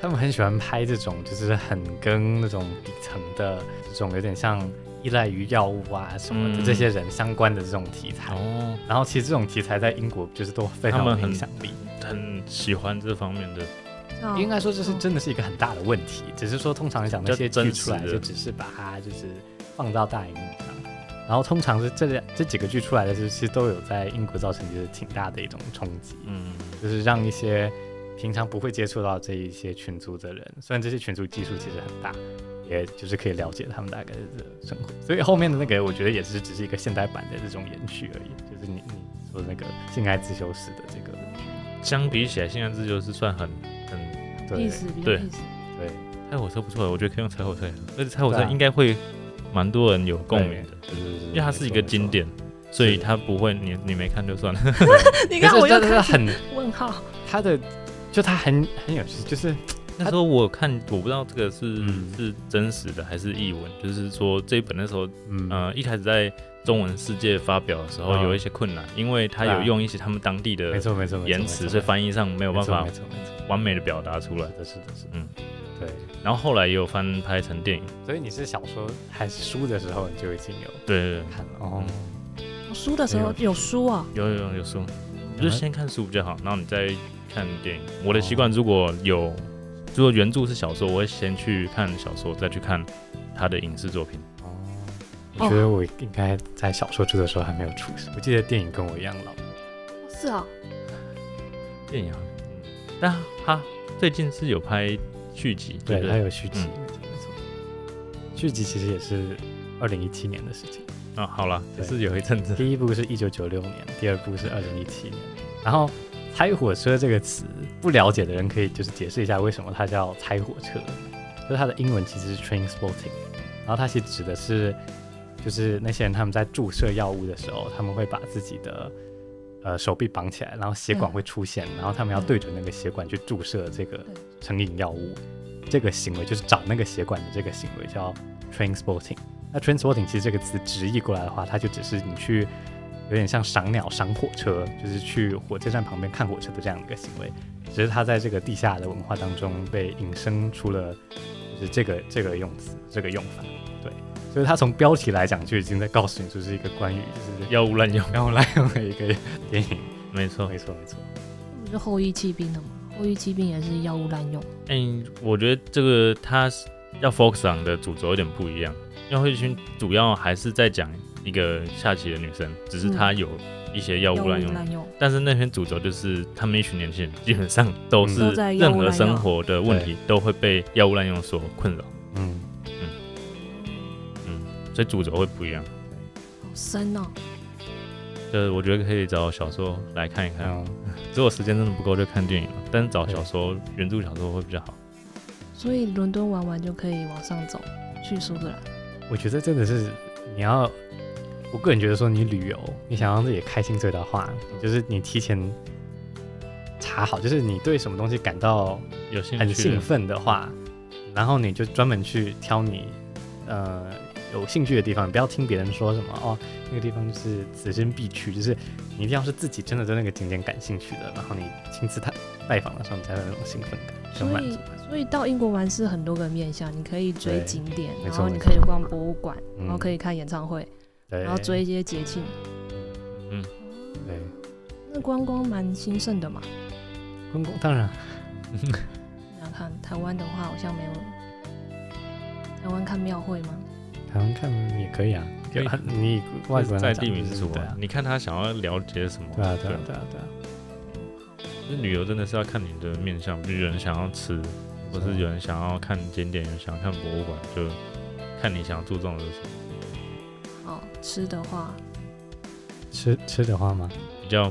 Speaker 2: 他们很喜欢拍这种，就是很跟那种底层的这种有点像依赖于药物啊什么的、
Speaker 1: 嗯
Speaker 2: 这些人相关的这种题材。
Speaker 1: 哦，
Speaker 2: 然后其实这种题材在英国就是都非常
Speaker 1: 他
Speaker 2: 有
Speaker 1: 们很
Speaker 2: 影响力，
Speaker 1: 很喜欢这方面的，
Speaker 3: 哦
Speaker 2: 应该说这是真的是一个很大的问题，
Speaker 1: 哦
Speaker 2: 只是说通常讲那些
Speaker 1: 就
Speaker 2: 剧
Speaker 1: 真
Speaker 2: 出来
Speaker 1: 实的
Speaker 2: 就只是把它就是放到大荧幕上，然后通常是这这几个剧出来的时候，其实都有在英国造成就是挺大的一种冲击，
Speaker 1: 嗯，
Speaker 2: 就是让一些平常不会接触到这一些群族的人，虽然这些群族基数其实很大。也就是可以了解他们大概的生活，所以后面的那个我觉得也是只是一个现代版的这种延续而已，就是你你说的那个性爱自修室的这个
Speaker 1: 相比起来，现在这就是算很很
Speaker 2: 对
Speaker 3: 历史比较
Speaker 1: 对
Speaker 3: 历史。
Speaker 2: 对，
Speaker 1: 拆火车不错的，我觉得可以用拆火车来说，而且拆火车
Speaker 2: 对啊
Speaker 1: 应该会蛮多人有共鸣的，
Speaker 2: 对，就是
Speaker 1: 因为它是一个经。典，所以它不会你你没看就算 了。
Speaker 3: 你
Speaker 2: 没错没错
Speaker 3: 看我
Speaker 2: 可是真
Speaker 3: 又
Speaker 2: 的
Speaker 3: 开
Speaker 2: 是
Speaker 3: 始
Speaker 2: 很
Speaker 3: 问号，
Speaker 2: 他的，就他很很有趣，就是
Speaker 1: 那时候我看，我不知道这个是、
Speaker 2: 嗯
Speaker 1: 是真实的还是译文，就是说这一本那时候，
Speaker 2: 嗯
Speaker 1: 呃，一开始在中文世界发表的时候
Speaker 2: 嗯
Speaker 1: 有一些困难，因为它
Speaker 2: 对啊
Speaker 1: 有用一些他们当地的
Speaker 2: 没错没错，没错
Speaker 1: 言
Speaker 2: 没
Speaker 1: 辞，
Speaker 2: 错
Speaker 1: 所以翻译上没有
Speaker 2: 没
Speaker 1: 办
Speaker 2: 错
Speaker 1: 法
Speaker 2: 没错没错，
Speaker 1: 完美的表达出来
Speaker 2: 是。的是的是的，
Speaker 1: 嗯，
Speaker 2: 对，
Speaker 1: 然后后来也有翻拍成电影，
Speaker 2: 所以你是小说还是书的时候，你就已经有
Speaker 1: 对对对，
Speaker 2: 看了哦，
Speaker 3: 我输的时候
Speaker 2: 没
Speaker 3: 有输啊，
Speaker 1: 有有有有书，你就先看书比较好，然后你再看电影。我的
Speaker 2: 嗯哦
Speaker 1: 习惯如果有，如果原著是小说，我会先去看小说，再去看他的影视作品。
Speaker 2: 哦，我觉得我应该在小说出的时候还没有出生，我记得电影跟我一样老，
Speaker 3: 是啊，
Speaker 1: 电影啊，嗯，但他最近是有拍续集，对不
Speaker 2: 对，它
Speaker 1: 对？
Speaker 2: 有续集，
Speaker 1: 嗯
Speaker 2: 没错没错，续集其实也是二零一七年的事情。
Speaker 1: 啊，好了，就
Speaker 2: 对
Speaker 1: 是有一阵子，
Speaker 2: 第一部是一九九六年，第二部是二零一七年。然后“拆火车”这个词，不了解的人可以就是解释一下为什么它叫拆火车，就是它的英文其实是 train spotting，然后它其实指的是就是那些人他们在注射药物的时候，他们会把自己的呃手臂绑起来，然后血管
Speaker 3: 嗯
Speaker 2: 会出现，然后他们要
Speaker 3: 嗯
Speaker 2: 对准那个血管去注射这个
Speaker 3: 对
Speaker 2: 成瘾药物。这个行为就是找那个血管的这个行为叫 train spotting。那 train spotting 其实这个词直译过来的话，它就只是你去有点像赏鸟、赏火车，就是去火车站旁边看火车的这样的一个行为。只是它在这个地下的文化当中被引申出了，就是这个这个用词这个用法。对，所以它从标题来讲就已经在告诉你，就是一个关于就 是
Speaker 1: 药物滥用，
Speaker 2: 然后滥用的一个电影。
Speaker 1: 没错。
Speaker 2: 没错没错，
Speaker 3: 不是后羿弃兵的吗？后羿弃兵也是药物滥用，
Speaker 1: 哎、我觉得这个它是要 focus on 的主轴有点不一样，因为惠君主要还是在讲一个下棋的女生，只是她有一些药物滥用，
Speaker 3: 嗯滥用，
Speaker 1: 但是那篇主轴就是他们一群年轻人基本上都是
Speaker 2: 嗯
Speaker 3: 都在药
Speaker 1: 任
Speaker 3: 物
Speaker 1: 何
Speaker 3: 滥用
Speaker 1: 生活的问题都会被药物滥用所困扰，
Speaker 2: 嗯，
Speaker 1: 所以主轴会不一样。
Speaker 3: 好深哦。
Speaker 1: 就是我觉得可以找小说来看一看，
Speaker 2: 然后
Speaker 1: 如果时间真的不够就看电影了，但是找小说原著小说会比较好。
Speaker 3: 所以伦敦玩完就可以往上走，去苏格兰。
Speaker 2: 我觉得真的是你要，我个人觉得说你旅游，你想让自己开心最大化，就是你提前查好，就是你对什么东西感到
Speaker 1: 有兴
Speaker 2: 很
Speaker 1: 趣
Speaker 2: 兴
Speaker 1: 的，
Speaker 2: 奋的话，然后你就专门去挑你呃有兴趣的地方，不要听别人说什么哦，那个地方就是此生必去，就是你一定要是自己真的对那个景点感兴趣的，然后你亲自探拜访的时候，你才有那种兴奋感，这种
Speaker 3: 所
Speaker 2: 满
Speaker 3: 以
Speaker 2: 足感。
Speaker 3: 所以到英国玩是很多个面向，你可以追
Speaker 2: 对
Speaker 3: 景点，
Speaker 2: 没
Speaker 3: 然
Speaker 2: 错
Speaker 3: 后你
Speaker 2: 没
Speaker 3: 可以
Speaker 2: 错
Speaker 3: 逛博物馆，然后
Speaker 2: 嗯
Speaker 3: 可以看演唱会，
Speaker 2: 对，
Speaker 3: 然后追一些节庆。
Speaker 1: 嗯，
Speaker 2: 对。
Speaker 3: 那观光蛮兴盛的嘛。
Speaker 2: 观光当然
Speaker 3: 想想看，台湾的话好像没有。台湾看庙会吗？
Speaker 2: 台湾 看也可以啊，
Speaker 1: 可以
Speaker 2: 啊你外国人
Speaker 1: 在
Speaker 2: 来讲
Speaker 1: 地民
Speaker 2: 就是
Speaker 1: 族
Speaker 2: 对
Speaker 1: 啊
Speaker 2: 啊，，
Speaker 1: 你看他想要了解什么？
Speaker 2: 对啊，对啊，对啊，对啊，
Speaker 1: 就是旅游真的是要看你的面向，比如有人想要吃，或
Speaker 2: 啊
Speaker 1: 是有人想要看景点，有人想要看博物馆，就看你想要注重的是什么。
Speaker 3: 哦，吃的话，
Speaker 2: 吃吃的话吗？
Speaker 1: 比较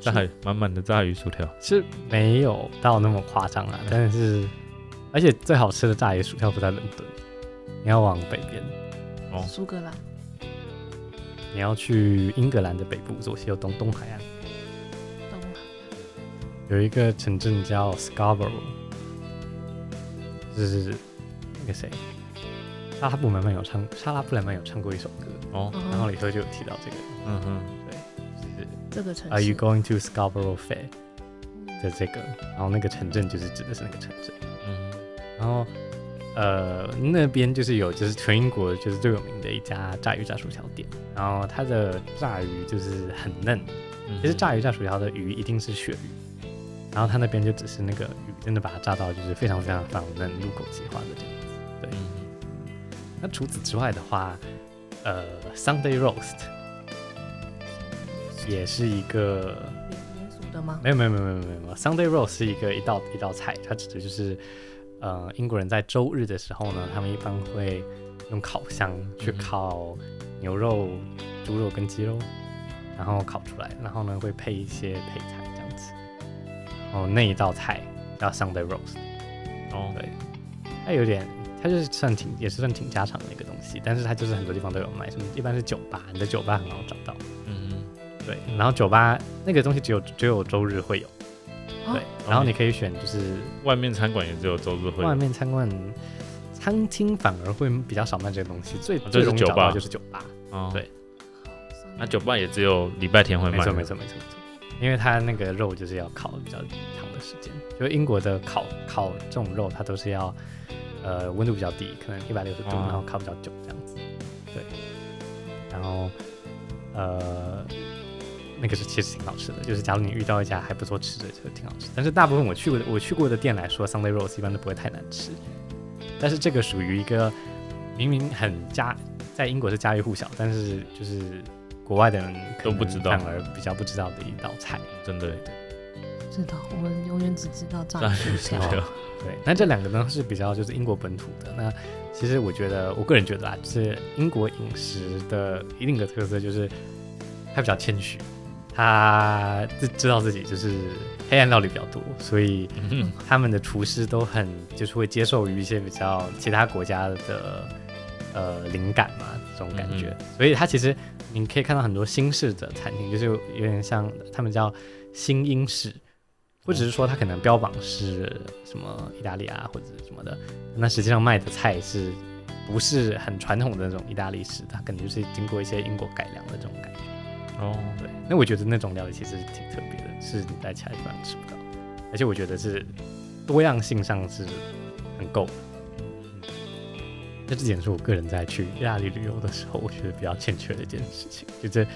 Speaker 1: 炸
Speaker 2: 是
Speaker 1: 鱼满满的炸鱼薯条，
Speaker 2: 是没有到那么夸张啦，但是而且最好吃的炸鱼薯条不在伦敦，你要往北边，
Speaker 1: 哦
Speaker 3: 苏格兰，
Speaker 2: 你要去英格兰的北部左西右东东海岸，
Speaker 3: 懂了。
Speaker 2: 有一个城镇叫 Scarborough，就是那个谁，莎拉布莱曼有唱，莎拉布莱曼有唱过一首歌，
Speaker 3: 嗯
Speaker 1: 哦，
Speaker 2: 然后里头就有提到这个，
Speaker 1: 嗯哼，
Speaker 2: 就是
Speaker 3: 这个城
Speaker 2: Are
Speaker 3: 市嗯
Speaker 2: you going to Scarborough Fair 的这个，然后那个城镇就是指的是那个城镇，
Speaker 1: 嗯哼，
Speaker 2: 然后呃那边就是有就是全英国就是最有名的一家炸鱼炸薯条店，然后它的炸鱼就是很嫩，
Speaker 1: 嗯哼
Speaker 2: 其实炸鱼炸薯条的鱼一定是鳕鱼，然后它那边就只是那个鱼真的把它炸到就是非常非常非常嫩，入口即化的这样。
Speaker 1: 嗯哼
Speaker 2: 那除此之外的话，呃，Sunday roast 也是一个
Speaker 3: 民民俗的吗？
Speaker 2: 没有没有没有没有没有没有，Sunday roll 是一个一道一道菜，它指的就是呃英国人在周日的时候呢，他们一般会用烤箱去
Speaker 1: 嗯哼
Speaker 2: 烤牛肉、猪肉跟鸡肉，然后烤出来，然后呢会配一些配菜这样子。然后那一道菜叫 Sunday roast，
Speaker 1: 哦，
Speaker 2: 对，它有点。它就是算挺也是算挺家常的一个东西，但是它就是很多地方都有卖，什么一般是酒吧，你的酒吧很好找到。
Speaker 1: 嗯哼，
Speaker 2: 对，然后酒吧那个东西只有只有周日会有，
Speaker 3: 啊
Speaker 2: 对，然后你可以选就是
Speaker 1: 外面餐馆也只有周日会，
Speaker 2: 外面餐馆餐厅反而会比较少卖这个东西，最
Speaker 1: 啊
Speaker 2: 最
Speaker 1: 就是
Speaker 2: 容易
Speaker 1: 酒
Speaker 2: 找到
Speaker 1: 吧
Speaker 2: 就是酒吧，
Speaker 1: 哦
Speaker 2: 对，
Speaker 1: 那酒吧也只有礼拜天会
Speaker 2: 没
Speaker 1: 卖，
Speaker 2: 错没错没错没错，因为它那个肉就是要烤比较长的时间，就英国的烤烤这种肉它都是要呃温度比较低，可能一百六十度，
Speaker 1: 哦
Speaker 2: 然后烤比较久这样子，对，然后呃。那个是其实挺好吃的，就是假如你遇到一家还不错吃的，就挺好吃。但是大部分我去过的我去过的店来说，Sunday Rolls 一般都不会太难吃。但是这个属于一个明明很家在英国是家喻户晓，但是就是国外的人可
Speaker 1: 都不
Speaker 2: 能
Speaker 1: 知道
Speaker 2: 反而比较不知道的一道菜。
Speaker 1: 真的
Speaker 3: 不知道，我们永远只知道炸
Speaker 1: 炸
Speaker 3: 鱼
Speaker 1: 鱼
Speaker 3: 薯
Speaker 1: 薯
Speaker 3: 条。
Speaker 1: 条，
Speaker 2: 对，啊那这两个呢是比较就是英国本土的。那其实我觉得，我个人觉得啊，就是英国饮食的一定的特色就是它比较谦虚，他自知道自己就是黑暗料理比较多，所以
Speaker 1: 嗯哼，
Speaker 2: 他们的厨师都很就是会接受于一些比较其他国家的呃灵感嘛，这种感觉。所以它其实你可以看到很多新式的餐厅，就是有点像他们叫新英式，或者是说它可能标榜是什么意大利啊或者什么的，那实际上卖的菜是不是很传统的那种意大利式的，它可能就是经过一些英国改良的这种感觉。
Speaker 1: 哦，
Speaker 2: 对，那我觉得那种料理其实挺特别的，是你在其他地方吃不到，而且我觉得是多样性上是很够的。嗯那这点是我个人在去意大利旅游的时候，我觉得比较欠缺的一件事情，就这意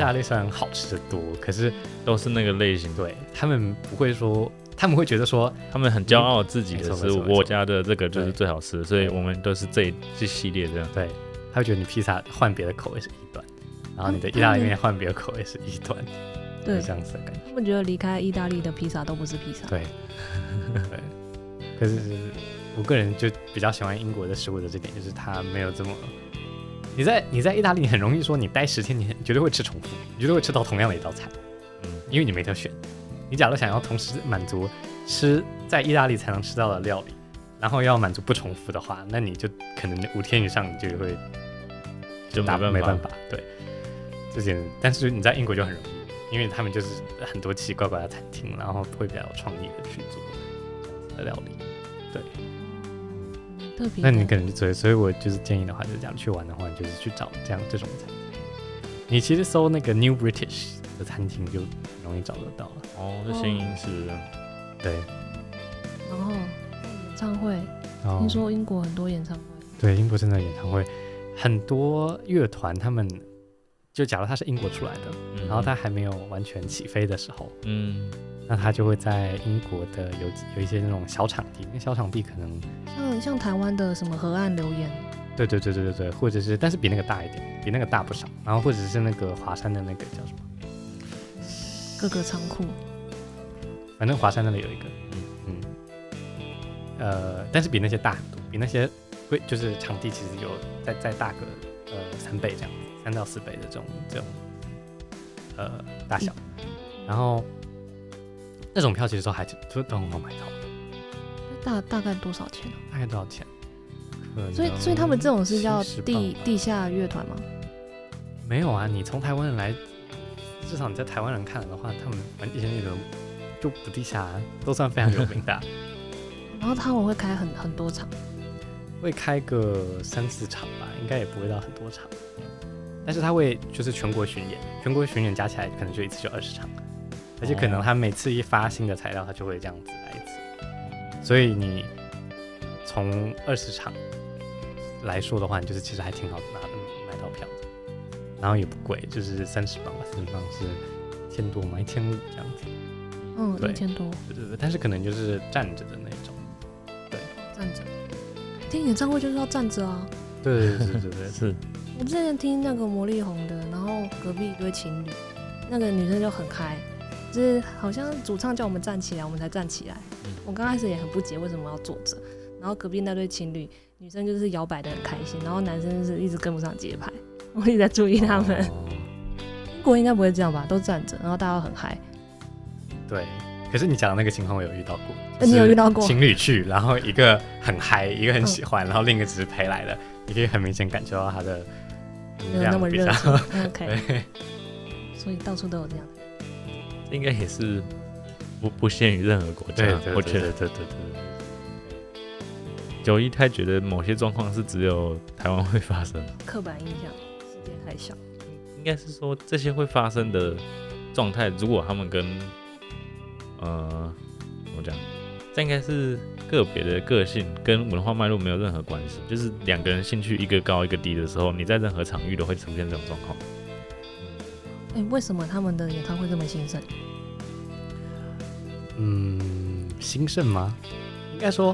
Speaker 2: 大
Speaker 1: 哦，
Speaker 2: 利虽然好吃的多，可是
Speaker 1: 都是那个类型的。
Speaker 2: 对他们不会说，他们会觉得说，
Speaker 1: 他们很骄傲自己
Speaker 2: 没
Speaker 1: 的
Speaker 2: 错
Speaker 1: 食
Speaker 2: 没错
Speaker 1: 物，
Speaker 2: 没错
Speaker 1: 我家的这个就是
Speaker 2: 对
Speaker 1: 最好吃，所以我们都是这一这系列这样。
Speaker 2: 对，他会觉得你披萨换别的口味是一端，然后你的
Speaker 3: 嗯
Speaker 2: 意大利
Speaker 3: 对
Speaker 2: 面换别的口味是一端，
Speaker 3: 对
Speaker 2: 就，这样子的感觉。
Speaker 3: 他们觉得离开意大利的披萨都不是披萨。
Speaker 2: 对，对。 可是我个人就比较喜欢英国的食物的这点，就是它没有这么。你在你在意大利，很容易说你待十天，你很绝对会吃重复，你绝对会吃到同样的一道菜，
Speaker 1: 嗯
Speaker 2: 因为你没得选。你假如想要同时满足吃在意大利才能吃到的料理，然后要满足不重复的话，那你就可能五天以上你就会
Speaker 1: 就没
Speaker 2: 打
Speaker 1: 办法
Speaker 2: 没办法。对，这点，但是你在英国就很容易，因为他们就是呃很多奇奇怪怪的餐厅，然后会比较有创意的去做这样子的料理。
Speaker 3: 嗯特别
Speaker 2: 那
Speaker 3: 的。
Speaker 2: 你可能就所以，所以我就是建议的话，就是假如去玩的话，你就是去找这样这种餐厅。你其实搜那个 New British 的餐厅就很容易找得到了。
Speaker 1: 哦，就新英式这样。
Speaker 2: 对，
Speaker 3: 然后演唱会，
Speaker 2: 然后
Speaker 3: 听说英国很多演唱会，
Speaker 2: 对英国真的演唱会，很多乐团他们就假如他是英国出来的，
Speaker 1: 嗯
Speaker 2: 然后他还没有完全起飞的时候，
Speaker 1: 嗯，
Speaker 2: 那他就会在英国的有有一些那种小场地，那小场地可能
Speaker 3: 像像台湾的什么河岸留言，
Speaker 2: 对对对对对对，或者是但是比那个大一点，比那个大不少。然后或者是那个华山的那个叫什么，
Speaker 3: 各个仓库，
Speaker 2: 反正华山那里有一个，嗯呃，但是比那些大很多，比那些会就是场地其实有再再大个呃三倍这样子，三到四倍的这种这种呃大小。然后那种票其实都还都都很好买到，
Speaker 3: 大大概多少钱啊、
Speaker 2: 大概多少钱？可能
Speaker 3: 所以所以他们这种是叫
Speaker 2: 70
Speaker 3: 地地下乐团吗？
Speaker 2: 没有啊，你从台湾人来，至少你在台湾人看了的话，他们反正以前那种就不地下、啊，都算非常有名的啊、
Speaker 3: 然后他们会开很很多场，
Speaker 2: 会开个三四场吧，应该也不会到很多场，但是他会就是全国巡演，全国巡演加起来可能就一次就二十场，而且可能他每次一发新的材料，他就会这样子来一次，所以你从二十场来说的话，你就是其实还挺好拿的买到票的，然后也不贵，就是三十磅吧，三十磅是一千多嘛，一千五这样子，
Speaker 3: 嗯，
Speaker 2: 对
Speaker 3: 一千多
Speaker 2: 对对对，但是可能就是站着的那种，
Speaker 3: 站着。听演唱会就是要站着啊！
Speaker 2: 对对对对对，
Speaker 1: 是
Speaker 3: 我之前听那个魔力红的，然后隔壁一对情侣，那个女生就很嗨，就是好像主唱叫我们站起来，我们才站起来。
Speaker 1: 嗯
Speaker 3: 我刚开始也很不解为什么要坐着，然后隔壁那对情侣，女生就是摇摆的很开心，然后男生就是一直跟不上节拍。 我一直在注意 他们，
Speaker 2: 哦
Speaker 3: 英国应该不会这样吧？都站着，然后大家都很嗨。
Speaker 2: 对，可是你讲的那个情况我有遇到过，
Speaker 3: 呃你有遇到过嗯
Speaker 2: 情侣去，然后一个很嗨，一个很喜欢，然后另一个只是陪来的，你可以很明显感觉到他的
Speaker 3: 没有那么
Speaker 2: 比较
Speaker 3: 热情，OK，
Speaker 2: 对，
Speaker 3: 所以到处都有这样。
Speaker 1: 应该也是不不限于任何国家
Speaker 2: 对对，对
Speaker 1: 我觉得
Speaker 2: 对对对对
Speaker 1: 九一太觉得某些状况是只有台湾会发生，
Speaker 3: 刻板印象，世界太小。
Speaker 1: 应该是说这些会发生的状态，如果他们跟呃怎么讲，这应该是个别的个性跟文化脉络没有任何关系，就是两个人兴趣一个高一个低的时候，你在任何场域都会出现这种状况。
Speaker 3: 哎、为什么他们的演唱会这么兴盛？
Speaker 2: 嗯，兴盛吗？应该说，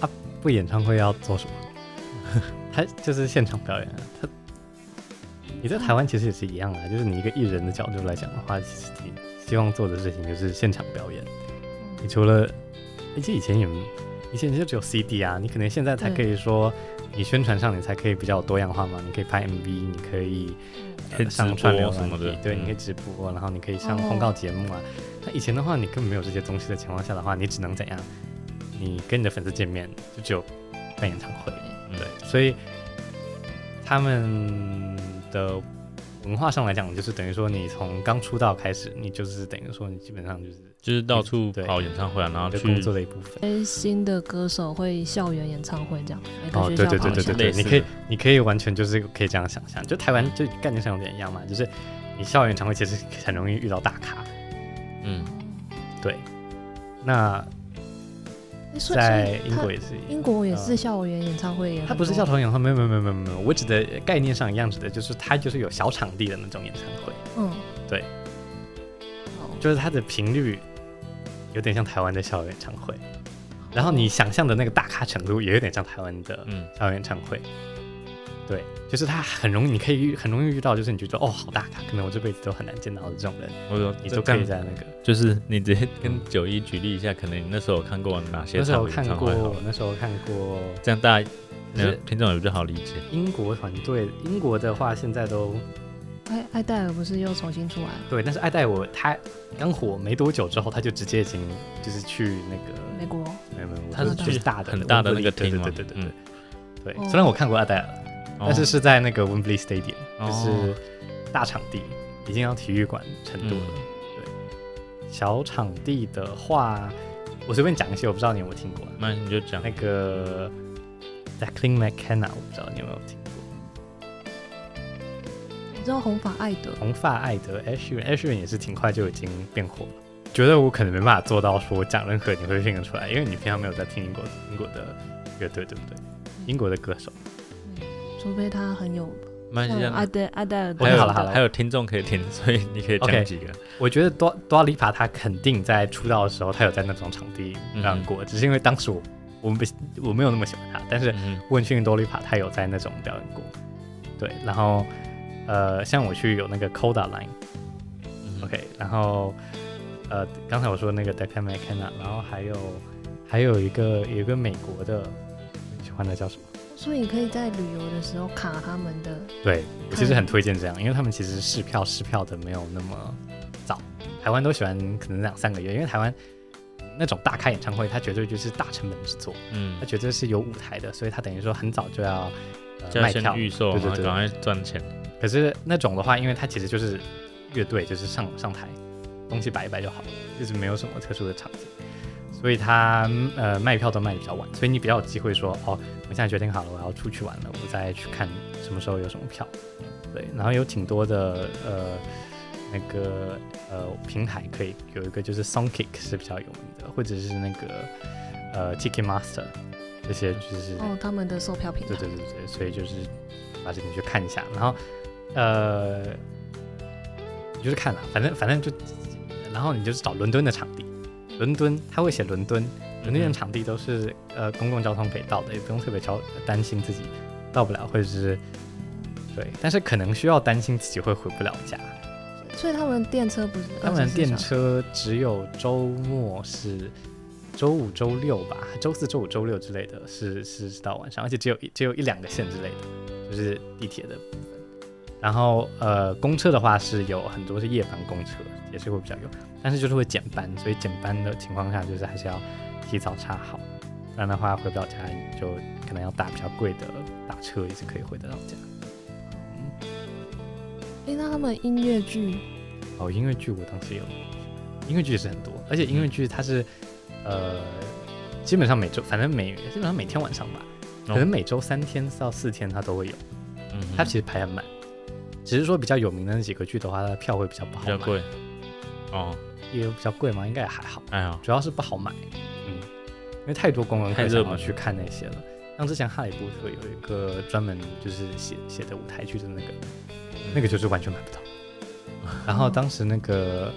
Speaker 2: 啊，不演唱会要做什么？ 他就是现场表演啊，他。你在台湾其实也是一样啊，就是你一个艺人的角度来讲的话，其实你希望做的事情就是现场表演。你除了，而且以前也，以前就只有 CD 啊，你可能现在才可以说，你宣传上你才可以比较有多样化嘛，你可以拍 MV，你可以、
Speaker 1: 可以直
Speaker 2: 上串流
Speaker 1: 播什么的
Speaker 2: 软体对，
Speaker 1: 嗯
Speaker 2: 你可以直播，然后你可以上
Speaker 3: 哦
Speaker 2: 公告节目啊。那、以前的话，你根本没有这些东西的情况下的话，你只能怎样？你跟你的粉丝见面，就只有办演唱会，
Speaker 1: 嗯
Speaker 2: 对，所以他们的文化上来讲，就是等于说你从刚出道开始，你就是等于说你基本上就是
Speaker 1: 就是到处
Speaker 2: 对
Speaker 1: 跑演唱会啊，然后
Speaker 2: 你的
Speaker 1: 去
Speaker 2: 工作的一部分。
Speaker 3: 哎，新的歌手会校园演唱会这样，每个
Speaker 2: 哦，
Speaker 3: 学
Speaker 2: 对
Speaker 3: 校
Speaker 2: 对
Speaker 3: 跑
Speaker 2: 对
Speaker 3: 一
Speaker 2: 对
Speaker 3: 下
Speaker 2: 对
Speaker 1: 啊类
Speaker 2: 对，
Speaker 1: 似
Speaker 2: 你
Speaker 1: 的
Speaker 2: 可以你可以完全就是可以这样想象，就台湾就概念上有点一样嘛，就是你校园演唱会其实很容易遇到大咖。
Speaker 1: 嗯，
Speaker 2: 对，那
Speaker 3: 哎所以
Speaker 2: 在
Speaker 3: 所以
Speaker 2: 英
Speaker 3: 他
Speaker 2: 国也是一样。
Speaker 3: 英国也
Speaker 2: 嗯
Speaker 3: 是校园演唱会也很多，啊
Speaker 2: 它不是校团演唱会，没有没有没有没有没有，我指的概念上一样指的就是它就是有小场地的那种演唱会，
Speaker 3: 嗯，
Speaker 2: 对
Speaker 3: 好，
Speaker 2: 就是它的频率有点像台湾的校园演唱会，然后你想象的那个大咖程度也有点像台湾的
Speaker 1: 嗯
Speaker 2: 校园演唱会，对，就是它很容易，你可以遇很容易遇到，就是你觉得哦好大咖，可能我这辈子都很难见到的这种人，
Speaker 1: 我说
Speaker 2: 你
Speaker 1: 这
Speaker 2: 都可以
Speaker 1: 看
Speaker 2: 在那个。
Speaker 1: 就是你直接跟
Speaker 2: 嗯
Speaker 1: 九一举例一下，可能你那时候有看过哪些
Speaker 2: 那时候
Speaker 1: 场
Speaker 2: 看
Speaker 1: 演唱会好
Speaker 2: 过
Speaker 1: 了，，
Speaker 2: 那时候看过
Speaker 1: 这样大家
Speaker 2: 可是
Speaker 1: 听众也比较好理解。
Speaker 2: 英国团队，英国的话现在都
Speaker 3: 艾艾戴尔不是又重新出来了
Speaker 2: 对，但是爱戴我他刚火没多久之后，他就直接已经就是去那个
Speaker 3: 美国？
Speaker 2: 没有没有，
Speaker 1: 他
Speaker 2: 就是
Speaker 1: 去
Speaker 2: 是大的
Speaker 1: 很大的那个
Speaker 2: 对
Speaker 1: 厅
Speaker 2: 对
Speaker 1: 嘛，
Speaker 2: 对对对对
Speaker 1: 嗯
Speaker 2: 对。
Speaker 3: 哦
Speaker 2: 虽然我看过爱戴尔，但是是在那个 Wembley Stadium，就
Speaker 1: 哦
Speaker 2: 是大场地，已经到体育馆程
Speaker 1: 嗯
Speaker 2: 度了。对，小场地的话，我随便讲一些，我不知道你有没有听过啊。
Speaker 1: 那你就讲
Speaker 2: 那个 Jacqueline McKenna，我不知道你有没有听过。
Speaker 3: 你知道红发艾德？
Speaker 2: 红发艾德 Ashrin，Ashrin 也是挺快就已经变火了。觉得我可能没办法做到说讲任何你会听得出来，因为你平常没有在听英国英国的乐队，对不对？英国的歌手，
Speaker 3: 嗯除非他很有
Speaker 1: 慢
Speaker 3: 像
Speaker 1: 一
Speaker 3: 艾
Speaker 1: 下。
Speaker 3: 德艾戴尔这
Speaker 1: 还
Speaker 3: 样
Speaker 1: 有
Speaker 3: 的，
Speaker 2: 好了好了
Speaker 1: 还有听众可以听， 所以你可以讲
Speaker 2: OK
Speaker 1: 几个。
Speaker 2: 我觉得多多利帕他肯定在出道的时候，他有在那种场地让过，只是因为当时我我们不我没有那么喜欢他，但是
Speaker 1: 嗯
Speaker 2: 问讯多利帕他有在那种表演过，对，然后呃，像我去有那个 Coda Line。
Speaker 1: 嗯
Speaker 2: OK，然后呃，刚才我说那个 Declan McKenna，然后还有还有一个有一个美国的，你喜欢的叫什么？
Speaker 3: 所以你可以在旅游的时候卡他们的。
Speaker 2: 对我其实很推荐这样，因为他们其实试票试票的没有那么早，台湾都喜欢可能两三个月，因为台湾那种大开演唱会，它绝对就是大成本制作，
Speaker 1: 嗯
Speaker 2: 它，绝对是有舞台的，所以它等于说很早就要、
Speaker 1: 就
Speaker 2: 呃、
Speaker 1: 要
Speaker 2: 卖
Speaker 1: 先
Speaker 2: 票
Speaker 1: 预售，然
Speaker 2: 对对
Speaker 1: 后
Speaker 2: 对
Speaker 1: 赶快赚钱。
Speaker 2: 可是那种的话，因为它其实就是乐队，就是上上台，东西摆一摆就好了，就是没有什么特殊的场景，所以它呃卖票都卖的比较晚，所以你比较有机会说哦，我现在决定好了，我要出去玩了，我再去看什么时候有什么票。对，然后有挺多的呃那个呃平台可以有一个就是 Songkick 是比较有名的，或者是那个呃 Ticketmaster 这些就是、
Speaker 3: 哦，他们的售票平台
Speaker 2: 对。对对对，所以就是把这个去看一下，然后呃，你就是看了，反正反正就，然后你就是找伦敦的场地，伦敦他会写伦敦，伦敦的场地都是呃公共交通可以到的，也不用特别焦担心自己到不了，或者是对，但是可能需要担心自己会回不了家。
Speaker 3: 所以他们电车不是？
Speaker 2: 他们电。车只有周末是周五、周六吧，周四周五、周六之类的，是是是到晚上，而且只有一只有一两个线之类的，就是地铁的部分。然后呃，公车的话是有很多是夜班公车，也是会比较有，但是就是会减班，所以减班的情况下就是还是要提早查好，不然的话回不了家你就可能要打比较贵的打车也是可以回得到家。
Speaker 3: 哎，那他们音乐剧
Speaker 2: 哦，音乐剧我当时有，音乐剧也是很多，而且
Speaker 1: 嗯
Speaker 2: 音乐剧它是、呃，基本上每周，反正每基本上每天晚上吧，可能每周三天到四天它都会有，
Speaker 1: 哦嗯哼
Speaker 2: 它其实排很满，只是说比较有名的那几个剧的话，它的票会比较不好
Speaker 1: 比
Speaker 2: 买，
Speaker 1: 较贵。哦，
Speaker 2: 也比较贵嘛，应该也还好，
Speaker 1: 还好。
Speaker 2: 主要是不好买，嗯，因为太多观光
Speaker 1: 太
Speaker 2: 客
Speaker 1: 热
Speaker 2: 想
Speaker 1: 门
Speaker 2: 要去看那些了。像之前《哈利波特》有一个专门就是写写的舞台剧的那个，
Speaker 1: 嗯
Speaker 2: 那个就是完全买 不到。然后当时那个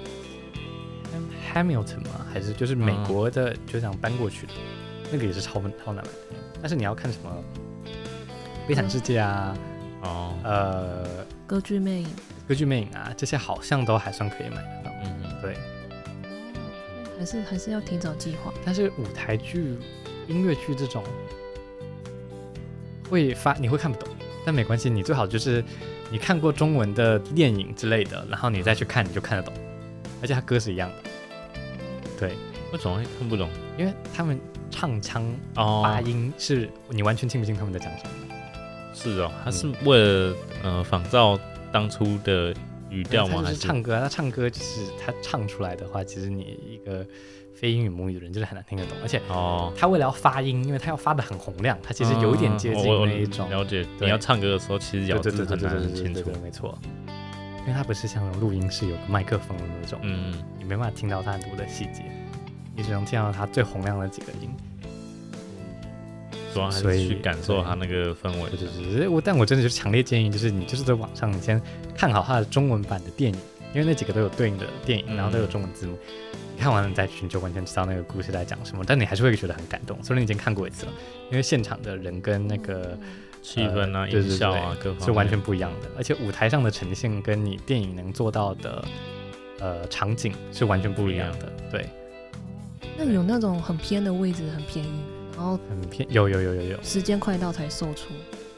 Speaker 2: Ham- Hamilton 嘛，还是就是美国的就这样搬过去的，那个也是超超难买的。但是你要看什么《悲惨世界》啊，
Speaker 1: 哦，
Speaker 2: 呃，
Speaker 3: 《歌剧魅影》
Speaker 2: 《歌剧魅影》啊，这些好像都还算可以买得到。
Speaker 1: 嗯哼，
Speaker 2: 对，
Speaker 3: 还是还是要提早计划。
Speaker 2: 但是舞台剧、音乐剧这种会发你会看不懂，但没关系，你最好就是你看过中文的电影之类的，然后你再去看你就看得懂，而且它歌是一样的，对，
Speaker 1: 为什么会看不懂？
Speaker 2: 因为他们唱腔啊
Speaker 1: 哦
Speaker 2: 哎发音是你完全听不清他们在讲什么，
Speaker 1: 是哦，他是为了呃仿照当初的语调吗？
Speaker 2: 他就
Speaker 1: 还
Speaker 2: 是唱歌啊，他唱歌就是他唱出来的话，其实你一个非英语母语的人就是很难听得懂，而且
Speaker 1: 哦，
Speaker 2: 他为了要发音，因为他要发的很洪亮，他其实有一点接
Speaker 1: 嗯
Speaker 2: 近
Speaker 1: 我我
Speaker 2: 那一种。
Speaker 1: 了解，
Speaker 2: 对
Speaker 1: 你要唱歌的时候，其实咬字很难很清
Speaker 2: 对
Speaker 1: 楚
Speaker 2: 对。对没错。因为他不是像那种录音室有个麦克风的那种，
Speaker 1: 嗯，
Speaker 2: 你没办法听到他很多的细节，你只能听到他最洪亮的几个音。
Speaker 1: 主要还
Speaker 2: 所
Speaker 1: 是
Speaker 2: 以
Speaker 1: 去感受它那个氛围
Speaker 2: 对。对对对，我但我真的就强烈建议，就是你就是在网上你先看好它的中文版的电影，因为那几个都有对应的电影，
Speaker 1: 嗯
Speaker 2: 然后都有中文字幕。你看完了你再去，你就完全知道那个故事在讲什么，但你还是会觉得很感动。虽然你已经看过一次了，因为现场的人跟那个
Speaker 3: 嗯
Speaker 1: 气氛啊、
Speaker 2: 呃对对
Speaker 1: 音效啊，各方
Speaker 2: 是完
Speaker 1: 面
Speaker 2: 全不一样的，而且舞台上的呈现跟你电影能做到的呃场景是完全不一样的。对，
Speaker 1: 哦
Speaker 3: 那有那种很偏的位置，很便宜，然后
Speaker 2: 很偏有有有有有，
Speaker 3: 时间快到才售出。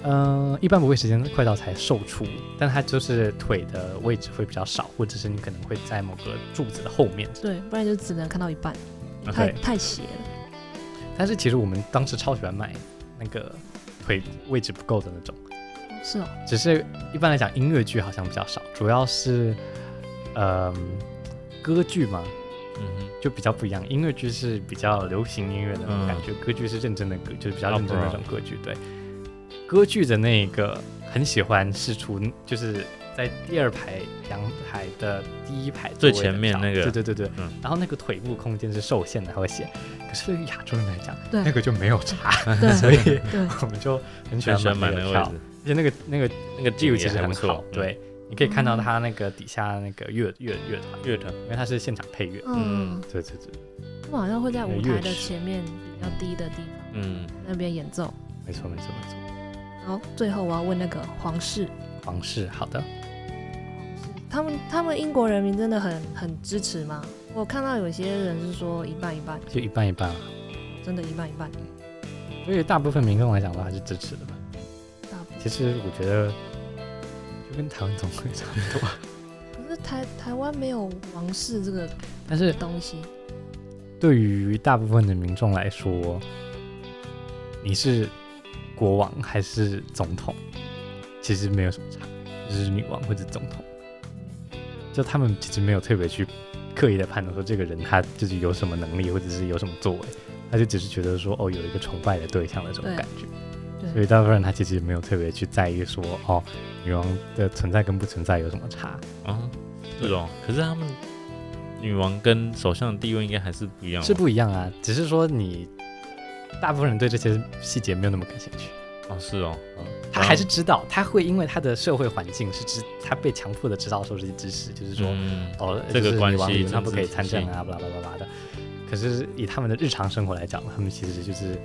Speaker 2: 嗯、一般不会时间快到才售出，但它就是腿的位置会比较少，或者是你可能会在某个柱子的后面。
Speaker 3: 对，不然就只能看到一半，
Speaker 1: 啊
Speaker 3: 太
Speaker 2: 对
Speaker 3: 太斜了。
Speaker 2: 但是其实我们当时超喜欢买那个腿位置不够的那种，
Speaker 3: 是哦，
Speaker 2: 只是一般来讲音乐剧好像比较少，主要是嗯、歌剧嘛，
Speaker 1: 嗯哼
Speaker 2: 就比较不一样。音乐剧是比较流行音乐的那种感觉，歌剧是认真的歌，就是比较认真的那种歌剧。对，歌剧的那个很喜欢是出，就是在第二排阳台的第一排座
Speaker 1: 最
Speaker 2: 位的
Speaker 1: 前面那个
Speaker 2: 对对对对。
Speaker 1: 嗯
Speaker 2: 然后那个腿部空间是受限的，他会写。可是对于亚洲人来讲，
Speaker 3: 对
Speaker 2: 那个就没有差，
Speaker 3: 对
Speaker 2: 所以
Speaker 3: 对，
Speaker 2: 我们就很喜
Speaker 1: 很喜欢
Speaker 2: 欢
Speaker 1: 买
Speaker 2: 买
Speaker 1: 那个位
Speaker 2: 那个票
Speaker 1: 置，，
Speaker 2: 而且那个那个
Speaker 1: 那个
Speaker 2: view
Speaker 1: 景也
Speaker 2: 其实
Speaker 1: 还
Speaker 2: 很嗯
Speaker 1: 不
Speaker 2: 好
Speaker 1: 错。，
Speaker 2: 对，你可以看到他那个底下那个乐乐乐团，
Speaker 1: 嗯，乐团
Speaker 2: 因为它是现场配乐。
Speaker 1: 嗯
Speaker 3: 嗯，
Speaker 2: 对对对，
Speaker 3: 他们好像会在舞台
Speaker 2: 乐
Speaker 3: 的
Speaker 2: 池
Speaker 3: 前面比较低的地方
Speaker 1: 嗯，
Speaker 3: 那边演奏。
Speaker 2: 没错没错没错。
Speaker 3: 然后最后我要问那个皇室，
Speaker 2: 皇室，好的，
Speaker 3: 他们他们英国人民真的很很支持吗？我看到有些人是说一半一半，
Speaker 2: 就一半一半啊。
Speaker 3: 真的一半一半。
Speaker 2: 对于大部分民众来讲的话，还是支持的吧。
Speaker 3: 大部分
Speaker 2: 其实我觉得，就跟台湾总会差不多。
Speaker 3: 可是台台湾没有王室这个
Speaker 2: 但是
Speaker 3: 东西，
Speaker 2: 对于大部分的民众来说，你是国王还是总统，其实没有什么差，就是女王或者总统。就他们其实没有特别去刻意的判断说这个人他自己有什么能力，或者是有什么作为，他就只是觉得说哦有一个崇拜的对象的这种
Speaker 3: 对
Speaker 2: 感觉。所以
Speaker 3: 对，
Speaker 2: 大部分人他其实也没有特别去在意说哦，女王的存在跟不存在有什么差。
Speaker 1: 哦，是哦。可是他们女王跟首相的地位应该还是不一样吧，
Speaker 2: 是不一样啊，只是说你大部分人对这些细节没有那么感兴趣。
Speaker 1: 哦，是哦，
Speaker 2: 他还是知道，他会因为他的社会环境是知，他被强迫的知道说这些知识，就是说、
Speaker 1: 嗯，
Speaker 2: 哦，
Speaker 1: 这个
Speaker 2: 就是
Speaker 1: 关
Speaker 2: 女王
Speaker 1: 系
Speaker 2: 女王她不可
Speaker 1: 政
Speaker 2: 以
Speaker 1: 治
Speaker 2: 参
Speaker 1: 体
Speaker 2: 政
Speaker 1: 系
Speaker 2: 啊，巴拉巴拉巴拉的。可是以他们的日常生活来讲，他们其实就是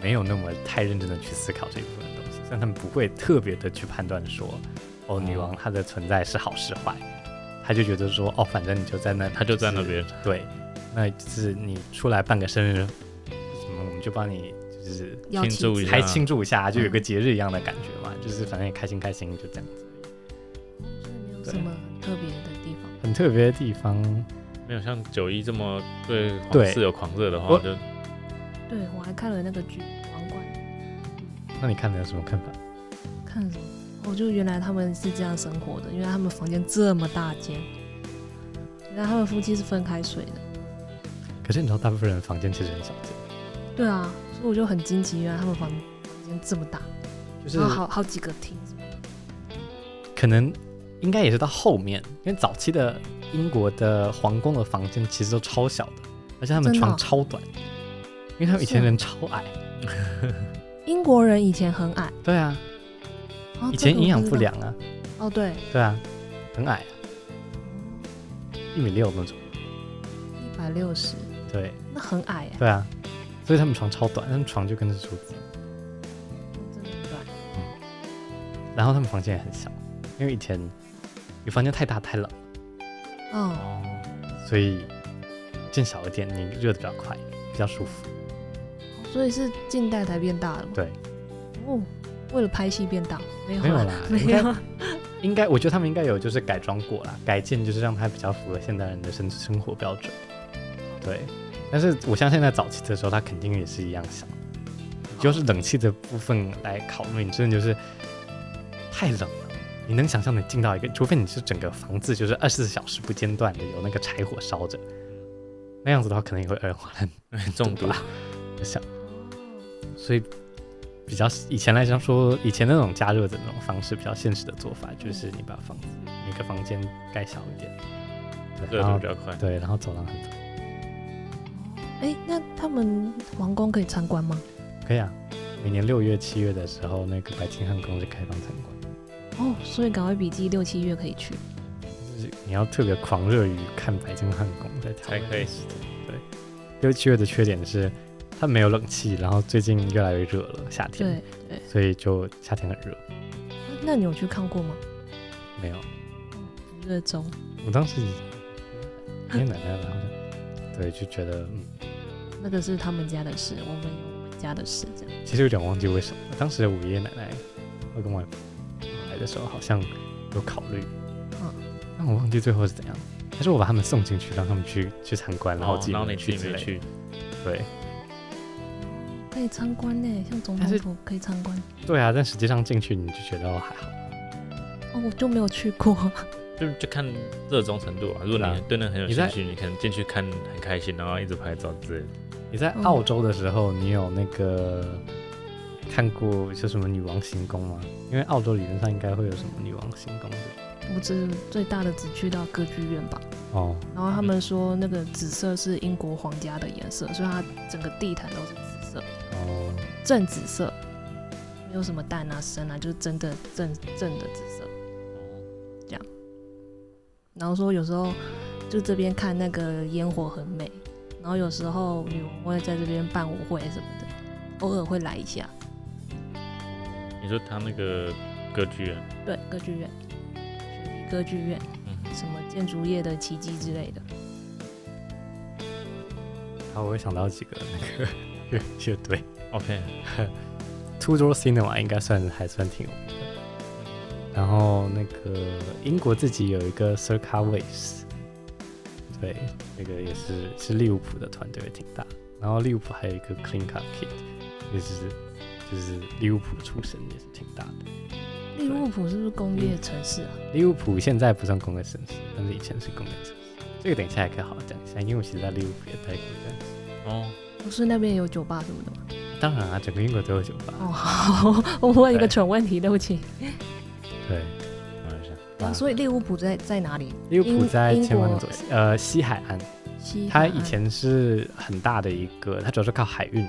Speaker 2: 没有那么太认真的去思考这一部分的东西，但他们不会特别的去判断说，哦，
Speaker 1: 嗯
Speaker 2: 女王她的存在是好是坏，他就觉得说，哦，反正你就在那，
Speaker 1: 他就在那
Speaker 2: 是
Speaker 1: 边，
Speaker 2: 对，那就是你出来办个生日，什么我们就帮你就是
Speaker 3: 邀
Speaker 1: 庆
Speaker 3: 请
Speaker 1: 祝一
Speaker 3: 制
Speaker 1: 下
Speaker 2: 还庆祝一下，就有个节日一样的感觉嘛，就是反正也开心开心，就这样子。
Speaker 3: 所以没有什么很特别的地方。
Speaker 2: 很特别的地方，
Speaker 1: 没有像九一这么对皇
Speaker 2: 对
Speaker 1: 室有狂热的话，
Speaker 2: 我
Speaker 1: 就
Speaker 3: 对我还看了那个剧《王冠》，
Speaker 2: 那你看的有什么看法？
Speaker 3: 看什么？我就原来他们是这样生活的，原来他们房间这么大间，原来他们夫妻是分开睡的。
Speaker 2: 可是你知道，大部分人房间其实很小间，
Speaker 3: 对啊，所以我就很惊奇，原来他们房房间这么大，
Speaker 2: 就是
Speaker 3: 然后哦好好几个厅什么的。
Speaker 2: 可能应该也是到后面，因为早期的英国的皇宫的房间其实都超小的，而且他们
Speaker 3: 真的哦
Speaker 2: 床超短，因为他们以前人超矮。
Speaker 3: 英国人以前很矮，
Speaker 2: 对啊，
Speaker 3: 哦
Speaker 2: 以前营养不。良啊，
Speaker 3: 这个我知道哦，对，
Speaker 2: 对啊，很矮啊，一米六那种。
Speaker 3: 一百六十，
Speaker 2: 对
Speaker 3: 那很矮哎、
Speaker 2: 对啊，所以他们床超短，他们床就跟着竹子，
Speaker 3: 真的很短。
Speaker 2: 然后他们房间也很小，因为以前你房间太大太冷，
Speaker 3: 哦，
Speaker 1: 哦，
Speaker 2: 所以建小一点，你热的比较快，比较舒服。
Speaker 3: 所以是近代才变大的吗？
Speaker 2: 对，
Speaker 3: 哦，为了拍戏变大，没有
Speaker 2: 没有
Speaker 3: 啦
Speaker 2: 啦，
Speaker 3: 没
Speaker 2: 应该
Speaker 3: 有，啊
Speaker 2: 应该我觉得他们应该有就是改装过啦，改建就是让它比较符合现代人的生生活标准。对，但是我相信在早期的时候，它肯定也是一样小，就是冷气的部分来考虑，你真的就是太冷了。你能想象你进到一个，除非你是整个房子就是二十四小时不间断的有那个柴火烧着，那样子的话可能也会二氧化碳
Speaker 1: 中毒
Speaker 2: 吧。我想，所以比较以前来讲说，以前那种加热的那种方式比较现实的做法，就是你把房子每个房间盖小一点，
Speaker 1: 热
Speaker 2: 对，然
Speaker 1: 度
Speaker 2: 后
Speaker 1: 比较快。
Speaker 2: 对，然后走廊很短，
Speaker 3: 哎、那他们皇宫可以参观吗？
Speaker 2: 可以啊。每年六月、七月的时候，那个白金汉宫是开放参观，
Speaker 3: 哦，所以赶快笔记六七月可以去。
Speaker 2: 就是你要特别狂热于看白金汉宫在台湾
Speaker 1: 才可以。
Speaker 2: 对，六七月的缺点是它没有冷气，然后最近越来越热了，夏天，
Speaker 3: 对，
Speaker 2: 所以就夏天很热。
Speaker 3: 那你有去看过吗？
Speaker 2: 没有，
Speaker 3: 热衷。
Speaker 2: 我当时爷爷奶奶然后就对就觉得，嗯，
Speaker 3: 那个是他们家的事，我们有我们家的事，这样。
Speaker 2: 其实有点忘记为什么。当时我爷爷奶奶会跟我来的时候，好像有考虑，
Speaker 3: 嗯，
Speaker 2: 但我忘记最后是怎样。但是我把他们送进去，让他们去去参观，然后
Speaker 1: 哦
Speaker 2: 我自己
Speaker 1: 然后你自
Speaker 2: 去
Speaker 1: 己
Speaker 2: 之
Speaker 1: 没
Speaker 2: 类的。
Speaker 1: 去，
Speaker 2: 对
Speaker 3: 可以参观呢，像总
Speaker 2: 但
Speaker 3: 统
Speaker 2: 是
Speaker 3: 府可以参观。
Speaker 2: 对啊，但实际上进去你就觉得哦还好，
Speaker 3: 哦，我就没有去过。
Speaker 1: 就就看热衷程度啊。如果
Speaker 2: 对
Speaker 1: 你
Speaker 2: 啊
Speaker 1: 对那很有
Speaker 2: 你
Speaker 1: 兴
Speaker 2: 在
Speaker 1: 趣，你可能进去看很开心，然后一直拍照之类的。
Speaker 2: 你在澳洲的时候，你有那个看过就什么女王行宫吗？因为澳洲理论上应该会有什么女王行宫的
Speaker 3: 我只最大的只去到歌剧院吧，
Speaker 2: 哦，
Speaker 3: 然后他们说那个紫色是英国皇家的颜色，所以它整个地毯都是紫色，
Speaker 2: 哦，
Speaker 3: 正紫色，没有什么淡啊深啊，就是真的正正的紫色。然后说有时候就这边看那个烟火很美，然后有时候女王会在这边办舞会什么的，偶尔会来一下。
Speaker 1: 你说他那个歌剧啊，
Speaker 3: 对，歌剧院，雪梨歌剧院，
Speaker 1: 嗯，
Speaker 3: 什么建筑业的奇迹之类的。
Speaker 2: 然啊后我又想到几个那个乐乐队
Speaker 1: OK，
Speaker 2: ，Two Door Cinema 应该算还算挺有名的。然后那个英国自己有一个 Circa Waves，对，那个也是是利物浦的团队挺大。然后利物浦还有一个 Clean Cut Kid，也是就是利物浦出身也是挺大的。
Speaker 3: 利物浦是不是工业城市啊？
Speaker 2: 利物浦现在不算工业城市，但是以前是工业城市。这个等一下也可以好好讲一下，因为我其实在利物浦也待过一段时
Speaker 1: 哦，
Speaker 3: 不是那边也有酒吧什么的吗？
Speaker 2: 间。当然啊，整个英国都有酒吧。
Speaker 3: 哦，好， 我问一个
Speaker 2: 对
Speaker 3: 蠢问题，对不起。
Speaker 2: 对，
Speaker 1: 玩一下，
Speaker 2: 啊
Speaker 3: 哦所以利物浦在在哪里？
Speaker 2: 利物浦
Speaker 3: 英
Speaker 2: 在
Speaker 3: 英
Speaker 2: 千万的
Speaker 3: 国
Speaker 2: 左西，呃，西海岸。
Speaker 3: 西海
Speaker 2: 它
Speaker 3: 岸
Speaker 2: 以前是很大的一个，它主要是靠海运，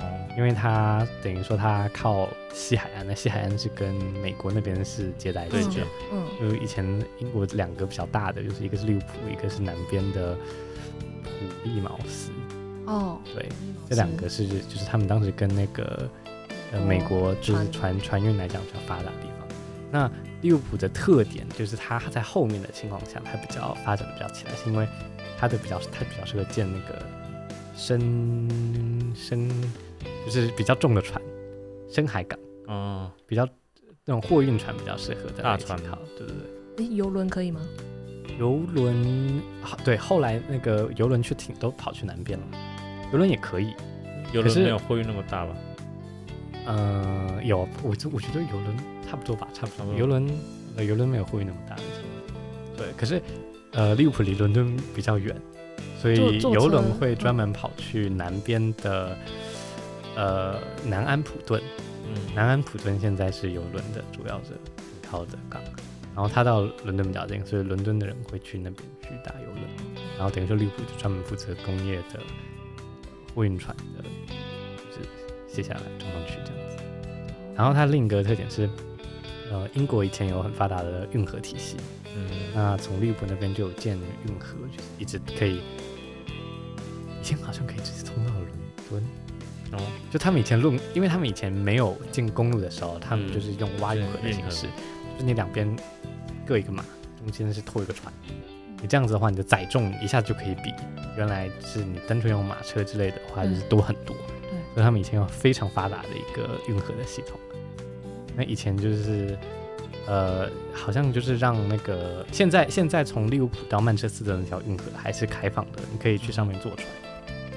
Speaker 1: 哦，
Speaker 2: 因为它等于说它靠西海岸，那西海岸是跟美国那边是接在一
Speaker 1: 对
Speaker 2: 起的
Speaker 1: 接。
Speaker 3: 嗯
Speaker 2: 就是以前英国两个比较大的，就是一个是利物浦，一个是南边的普利茅斯。
Speaker 3: 哦，
Speaker 2: 对，这两个是就是他们当时跟那个呃美国就是船船运来讲比较发达的地方。那利物浦的特点就是它在后面的情况下，它比较发展的比较起来，是因为它的比较它比较适合建那个深深就是比较重的船，深海港
Speaker 1: 哦，
Speaker 2: 比较那种货运船比较适合在
Speaker 1: 大
Speaker 2: 那里
Speaker 1: 船
Speaker 2: 停靠，对对对。
Speaker 3: 诶游轮可以吗？
Speaker 2: 游轮好对，后来那个游轮去挺都跑去南边了，游轮也可以，
Speaker 1: 游
Speaker 2: 可
Speaker 1: 轮
Speaker 2: 是
Speaker 1: 没有货运那么大吧？
Speaker 2: 呃，有，我就我觉得游轮差不多吧，差不
Speaker 1: 差不
Speaker 2: 多。
Speaker 1: 多
Speaker 2: 游轮，呃，游轮没有货运那么大。对，可是，呃，利物浦离伦敦比较远，所以
Speaker 3: 坐坐车嗯
Speaker 2: 游轮会专门跑去南边的，呃，南安普顿。
Speaker 1: 嗯，
Speaker 2: 南安普顿现在是游轮的主要的停靠的港，然后它到伦敦比较近，所以伦敦的人会去那边去打游轮。然后等于说利物浦就专门负责工业的货运船的，就是卸下来装上去这样子。然后它另一个特点是，呃，英国以前有很发达的运河体系，
Speaker 1: 嗯，
Speaker 2: 那从利物浦那边就有建运河，就是一直可以，以前好像可以直接通到伦敦。
Speaker 1: 哦，
Speaker 2: 就他们以前路，因为他们以前没有建公路的时候，他们就是用挖运河的形式，嗯就是你两边各一个马，中间是拖一个船。
Speaker 3: 嗯
Speaker 2: 你这样子的话，你的载重一下就可以比原来是你单纯用马车之类的话，
Speaker 3: 嗯
Speaker 2: 就是多很多。
Speaker 3: 对
Speaker 2: 所以他们以前有非常发达的一个运河的系统。那以前就是，呃，好像就是让那个现在现在从利物浦到曼彻斯特那条运河还是开放的，你可以去上面坐船，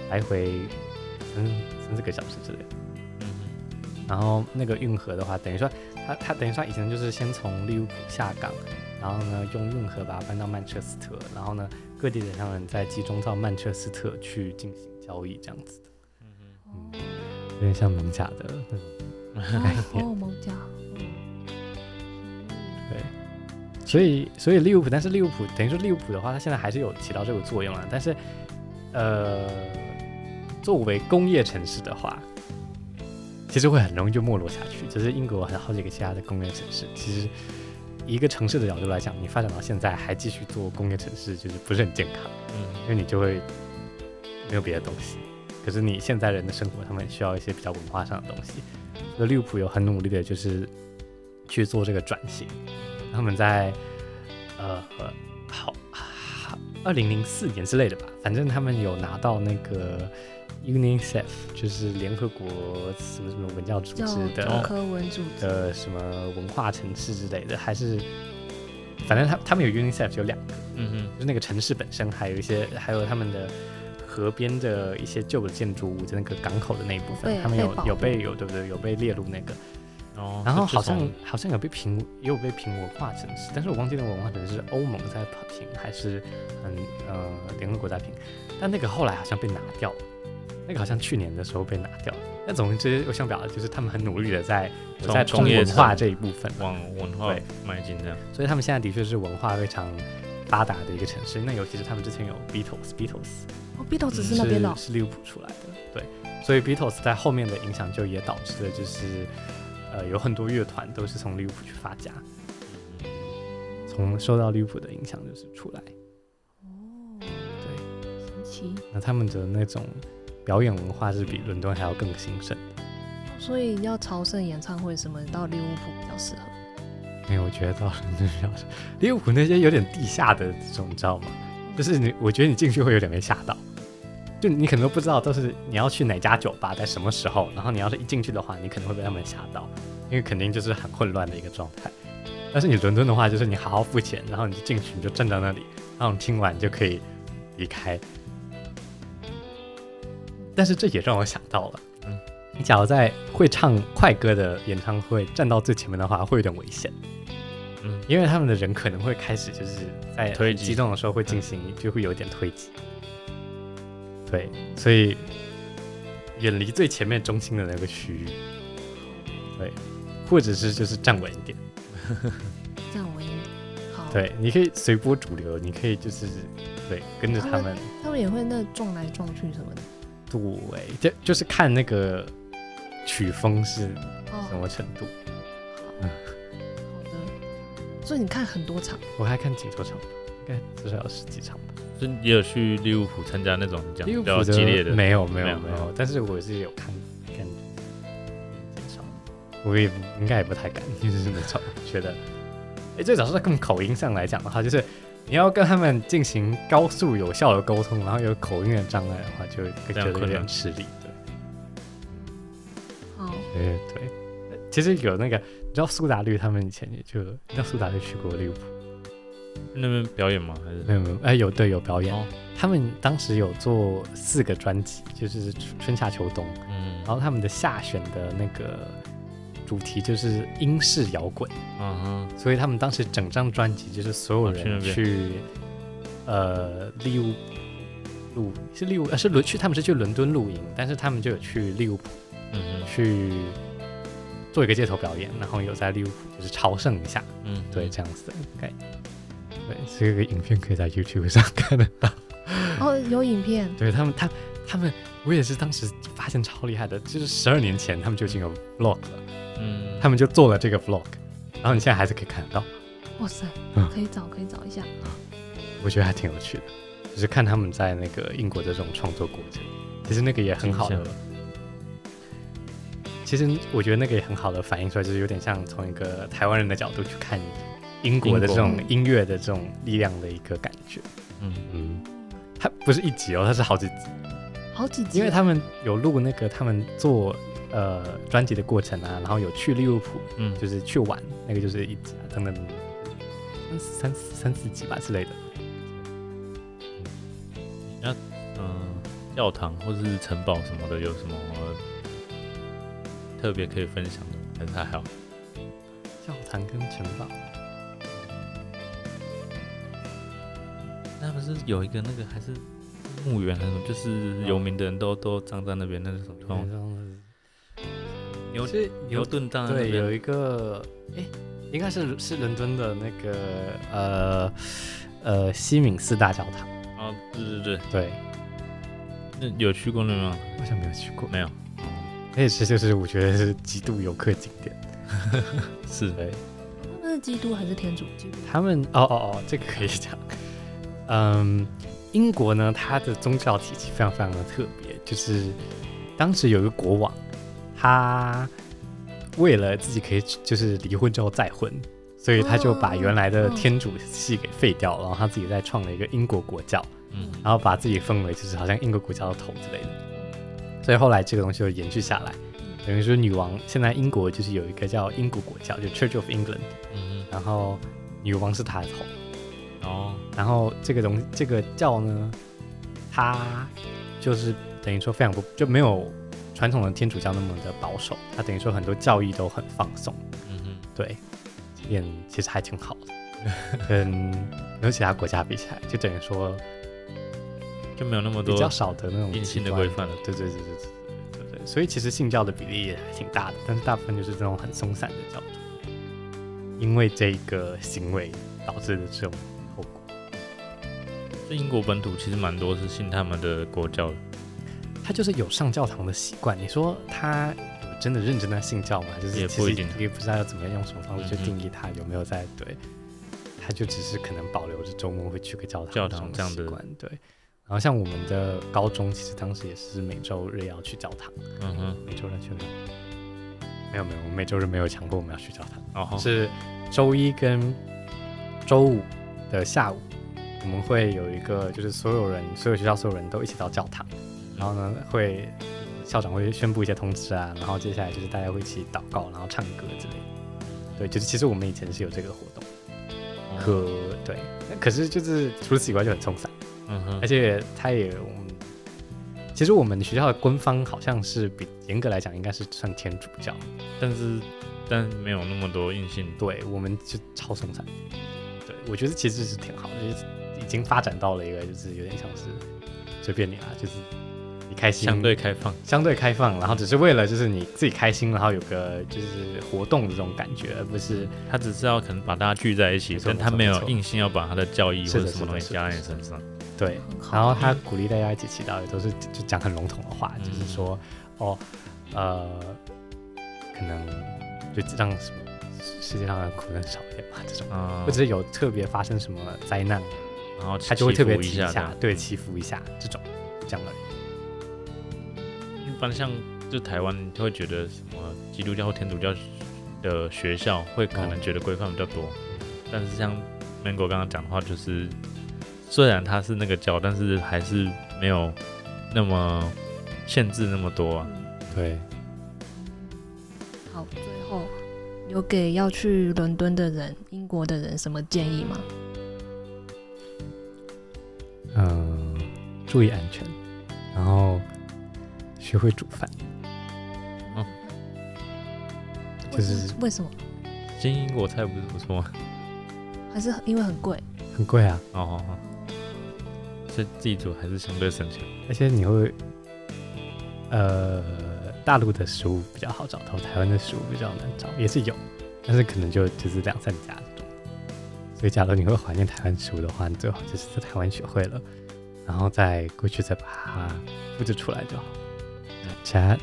Speaker 2: 来回嗯三四个小时之类的。
Speaker 1: 嗯，
Speaker 2: 然后那个运河的话，等于说它它等于说以前就是先从利物浦下港，然后呢用运河把它搬到曼彻斯特，然后呢各地的商人在集中到曼彻斯特去进行交易，这样子的，嗯，有点像蒙甲的那种。
Speaker 3: 哦，蒙 甲，
Speaker 2: 对，所以所以利物浦，但是利物浦等于说利物浦的话，它现在还是有起到这个作用啊。但是，呃，作为工业城市的话，其实会很容易就没落下去。就是英国很好几个其他的工业城市，其实以一个城市的角度来讲，你发展到现在还继续做工业城市，就是不是很健康，
Speaker 1: 嗯
Speaker 2: 因为你就会没有别的东西。可是你现在人的生活，他们需要一些比较文化上的东西。那利物浦有很努力的，就是去做这个转型。他们在呃呃好二零零四年之类的吧，反正他们有拿到那个 UNICEF，就是联合国什么什么文教组
Speaker 3: 叫
Speaker 2: 织
Speaker 3: 中
Speaker 2: 的
Speaker 3: 科文组织，
Speaker 2: 的什么文化城市之类的，还是反正他他们有 UNICEF 有两个，
Speaker 1: 嗯
Speaker 2: 就是那个城市本身，还有一些还有他们的。河边的一些旧的建筑物，在那个港口的那一部分
Speaker 3: 被，
Speaker 2: 他们有
Speaker 3: 被保护
Speaker 2: 有被有对不对？有被列入那个，
Speaker 1: 哼，哦，
Speaker 2: 然后
Speaker 1: 是自
Speaker 2: 好像
Speaker 1: 从
Speaker 2: 好像有被评，也有被评文化城市，但是我忘记那个文化城市是欧盟在评还是嗯呃联合国在评，但那个后来好像被拿掉了，那个好像去年的时候被拿掉了。那总之，我想表达的就是他们很努力的在有
Speaker 1: 从
Speaker 2: 在冲
Speaker 1: 工业
Speaker 2: 文化
Speaker 1: 城
Speaker 2: 这一部分嘛，
Speaker 1: 往文化
Speaker 2: 对
Speaker 1: 迈进这样，
Speaker 2: 所以他们现在的确是文化非常发达的一个城市。那尤其是他们之前有 Beatles，Beatles
Speaker 3: 哦，Beatles
Speaker 1: 嗯
Speaker 3: 是
Speaker 2: 是
Speaker 3: 那边的哦，
Speaker 2: 是利物浦出来的，对，所以 Beatles 在后面的影响就也导致了就是呃有很多乐团都是从利物浦去发家，从受到利物浦的影响就是出来，
Speaker 3: 哦，
Speaker 2: 对，
Speaker 3: 神奇。
Speaker 2: 那他们的那种表演文化是比伦敦还要更兴盛。
Speaker 3: 所以要朝圣演唱会什么，到利物浦比较适合。
Speaker 2: 没有，我觉得到伦敦比较少利物浦那些有点地下的这种，你知道吗？就是你，我觉得你进去会有点被吓到，就你可能都不知道，都是你要去哪家酒吧，在什么时候，然后你要是一进去的话，你可能会被他们吓到，因为肯定就是很混乱的一个状态。但是你伦敦的话，就是你好好付钱，然后你就进去，你就站在那里，然后你听完你就可以离开。但是这也让我想到了，
Speaker 1: 嗯
Speaker 2: 嗯，你假如在会唱快歌的演唱会站到最前面的话，会有点危险。
Speaker 1: 嗯，
Speaker 2: 因为他们的人可能会开始就是在
Speaker 1: 推挤
Speaker 2: 激动的时候会进行，就会有点推挤。对，所以远离最前面中心的那个区域，对，或者是就是站稳一点。
Speaker 3: 这样我也好。，
Speaker 2: 对，你可以随波逐流，你可以就是对跟着他
Speaker 3: 他
Speaker 2: 们，
Speaker 3: 他们也会那撞来撞去什么的。
Speaker 2: 对，就就是看那个曲风是什
Speaker 3: 哦，
Speaker 2: 么程度。
Speaker 3: 好的。所以你看很多场，
Speaker 2: 我还看锦州场，应该至少有十几场吧。啊
Speaker 1: 是也有去利物浦参加那种讲
Speaker 2: 利
Speaker 1: 比
Speaker 2: 物
Speaker 1: 较
Speaker 2: 浦
Speaker 1: 激烈的，
Speaker 2: 没有
Speaker 1: 没
Speaker 2: 没有
Speaker 1: 有
Speaker 2: 没有，但是我是有看看介绍，我也不应该也不太敢，就是那种觉得，哎，最早是跟口音上来讲的话，就是你要跟他们进行高速有效的沟通，然后有口音的障碍的话，就会
Speaker 1: 这样
Speaker 2: 觉得有
Speaker 1: 困
Speaker 2: 点
Speaker 1: 难
Speaker 2: 吃力。对
Speaker 3: 好，
Speaker 2: 对对，呃其实有那个，你知道苏打绿他们以前也就，你知道苏打绿去过利物浦，
Speaker 1: 那边表演吗？还是
Speaker 2: 没有没有，哎有对有表演
Speaker 1: 哦，
Speaker 2: 他们当时有做四个专辑，就是春春夏秋冬。
Speaker 1: 嗯
Speaker 2: 然后他们的下选的那个主题就是英式摇滚，
Speaker 1: 嗯哼
Speaker 2: 所以他们当时整张专辑就是所有
Speaker 1: 哦去那
Speaker 2: 人
Speaker 1: 边
Speaker 2: 去呃利物浦是利物呃是伦去他们是去伦敦露营，但是他们就有去利物浦
Speaker 1: 嗯哼
Speaker 2: 去做一个街头表演，然后有在利物浦就是朝圣一下，
Speaker 1: 嗯哼，
Speaker 2: 对这样子的概念。对，这个影片可以在 YouTube 上看的。嗯
Speaker 3: 哦，有影片，
Speaker 2: 对他们，他他们，我也是当时发现超厉害的，就是十二年前他们就已经有 vlog 了。
Speaker 1: 嗯，
Speaker 2: 他们就做了这个 vlog，然后你现在还是可以看得到，
Speaker 3: 哇塞
Speaker 2: 嗯，
Speaker 3: 可以找，可以找一下。
Speaker 2: 我觉得还挺有趣的，就是看他们在那个英国的这种创作过程，其实那个也很好的
Speaker 1: 挺像，
Speaker 2: 其实我觉得那个也很好的反映出来，就是有点像从一个台湾人的角度去看英国的这
Speaker 3: 英
Speaker 2: 种
Speaker 3: 国
Speaker 2: 音乐的这种力量的一个感觉，
Speaker 1: 嗯
Speaker 2: 嗯。它不是一集哦，它是好几集，
Speaker 3: 好几集啊，
Speaker 2: 因为他们有录那个他们做呃专辑的过程啊，然后有去利物浦，
Speaker 1: 嗯，
Speaker 2: 就是去玩，那个就是一集啊，等等等等，三三三四集吧之类的。
Speaker 1: 呃嗯，教堂或是城堡什么的，有什么特别可以分享的，还是还好。
Speaker 2: 教堂跟城堡，
Speaker 1: 那不是有一个那个还是墓园还是什么，就是有名的人都都葬在那边，那是什么地
Speaker 2: 那
Speaker 1: 方？
Speaker 2: 种
Speaker 1: 牛
Speaker 2: 是
Speaker 1: 牛顿葬在那
Speaker 2: 对，有
Speaker 1: 边，
Speaker 2: 一个，哎、应该是是伦敦的那个呃呃西敏寺大教堂。
Speaker 1: 哦，对对对，
Speaker 2: 对，
Speaker 1: 那有去过那边吗？
Speaker 2: 好像没有去过。
Speaker 1: 没有，
Speaker 2: 那也是就是我觉得是极度游客景点。
Speaker 1: 是
Speaker 2: 对，
Speaker 3: 他们是基督还是天主？基督
Speaker 2: 他们哦哦哦，这个可以讲。 嗯，英国呢，它的宗教体系非常非常的特别，就是当时有一个国王，他为了自己可以就是离婚之后再婚，所以他就把原来的
Speaker 3: 哦
Speaker 2: 天主系给废掉，然后他自己再创了一个英国国教，
Speaker 1: 嗯，
Speaker 2: 然后把自己分为就是好像英国国教的头之类的，所以后来这个东西就延续下来。等于说，女王现在英国就是有一个叫英国国教，就 Church of England，
Speaker 1: 嗯
Speaker 2: 然后女王是她的头，
Speaker 1: 嗯，哦，
Speaker 2: 然后这个东这个教呢，它就是等于说非常不就没有传统的天主教那么的保守，它等于说很多教义都很放松，
Speaker 1: 嗯哼，
Speaker 2: 对，这点其实还挺好的，跟跟其他国家比起来，就等于说
Speaker 1: 就没有那么多
Speaker 2: 比较少的 那种
Speaker 1: 硬性的
Speaker 2: 极端
Speaker 1: 规范了
Speaker 2: 对对对对对对对对，所以其实信教的比例也还挺大的，但是大部分就是这种很松散的教徒，因为这个行为导致的这种后果。
Speaker 1: 在英国本土其实蛮多是信他们的国教的，
Speaker 2: 他就是有上教堂的习惯。你说他有真的认真的信教吗？就是
Speaker 1: 也
Speaker 2: 其实
Speaker 1: 不一定
Speaker 2: 也不知道要怎么样用什么方式去
Speaker 1: 嗯哼
Speaker 2: 定义他有没有在对，他就只是可能保留着周末会去个教堂
Speaker 1: 教堂
Speaker 2: 这种
Speaker 1: 这
Speaker 2: 习
Speaker 1: 样的
Speaker 2: 惯对。然后像我们的高中，其实当时也是每周日要去教堂，
Speaker 1: 嗯哼，
Speaker 2: 每周日去没有？没有没有，我们每周日没有强迫我们要去教堂，
Speaker 1: 哦，
Speaker 2: 是周一跟周五的下午，我们会有一个就是所有人所有学校所有人都一起到教堂。然后呢，会校长会宣布一些通知啊，然后接下来就是大家会一起祷告，然后唱歌之类的。对，就是其实我们以前是有这个活动，
Speaker 1: 哦
Speaker 2: 可对，那可是就是除此以外就很松散，
Speaker 1: 嗯哼
Speaker 2: 而，且他也我们其实我们学校的官方好像是比严格来讲应该是算天主教，
Speaker 1: 但是但没有那么多硬性，
Speaker 2: 对我们就超松散。对，我觉得其实是挺好的，就是已经发展到了一个就是有点像是随便你啦，就是你开心
Speaker 1: 相对开放，
Speaker 2: 相对开放，然后只是为了就是你自己开心，然后有个就是活动的这种感觉，而不是
Speaker 1: 他只是要可能把大家聚在一起
Speaker 2: 没，错
Speaker 1: 但他
Speaker 2: 没错
Speaker 1: 没
Speaker 2: 没
Speaker 1: 有
Speaker 2: 错
Speaker 1: 硬性要把他的教义
Speaker 2: 是
Speaker 1: 或
Speaker 2: 的
Speaker 1: 者什么东
Speaker 2: 是
Speaker 1: 西
Speaker 2: 的
Speaker 1: 加在
Speaker 2: 是
Speaker 1: 你
Speaker 2: 的
Speaker 1: 身上，
Speaker 2: 对。
Speaker 3: 很好。
Speaker 2: 然后他鼓励大家一起祈祷，也都
Speaker 1: 嗯
Speaker 2: 是就讲很笼统的话，就是说哦，呃，可能就让什么世界上的苦难少一点吧，这种，
Speaker 1: 嗯
Speaker 2: 或者，是有特别发生什么灾难，
Speaker 1: 然后
Speaker 2: 他就会特别
Speaker 1: 祈
Speaker 2: 提
Speaker 1: 福一下，
Speaker 2: 对，祈福一下这种，这样的。
Speaker 1: 一般像就台湾你就会觉得什么基督教或天主教的学校会可能
Speaker 2: 嗯
Speaker 1: 觉得规范比较多，但是像 Mango 刚刚讲的话，就是虽然他是那个教，但是还是没有那么限制那么多啊。
Speaker 2: 对，
Speaker 3: 嗯好，最后有给要去伦敦的人、英国的人什么建议吗？
Speaker 2: 嗯，注意安全，然后学会煮饭。
Speaker 1: 嗯
Speaker 2: 就是
Speaker 3: 为什么？
Speaker 2: 嗯
Speaker 1: 新英国菜不是不错吗？
Speaker 3: 还是因为很贵？
Speaker 2: 很贵啊，
Speaker 1: 哦哦，哦所以自己煮还是相对省钱。
Speaker 2: 而且你会，呃，大陆的食物比较好找到，台湾的食物比较难找，也是有，但是可能就就是两三家这种。所以，假如你会怀念台湾食物的话，你最好就是在台湾学会了，然后再过去再把它复制出来就好。其他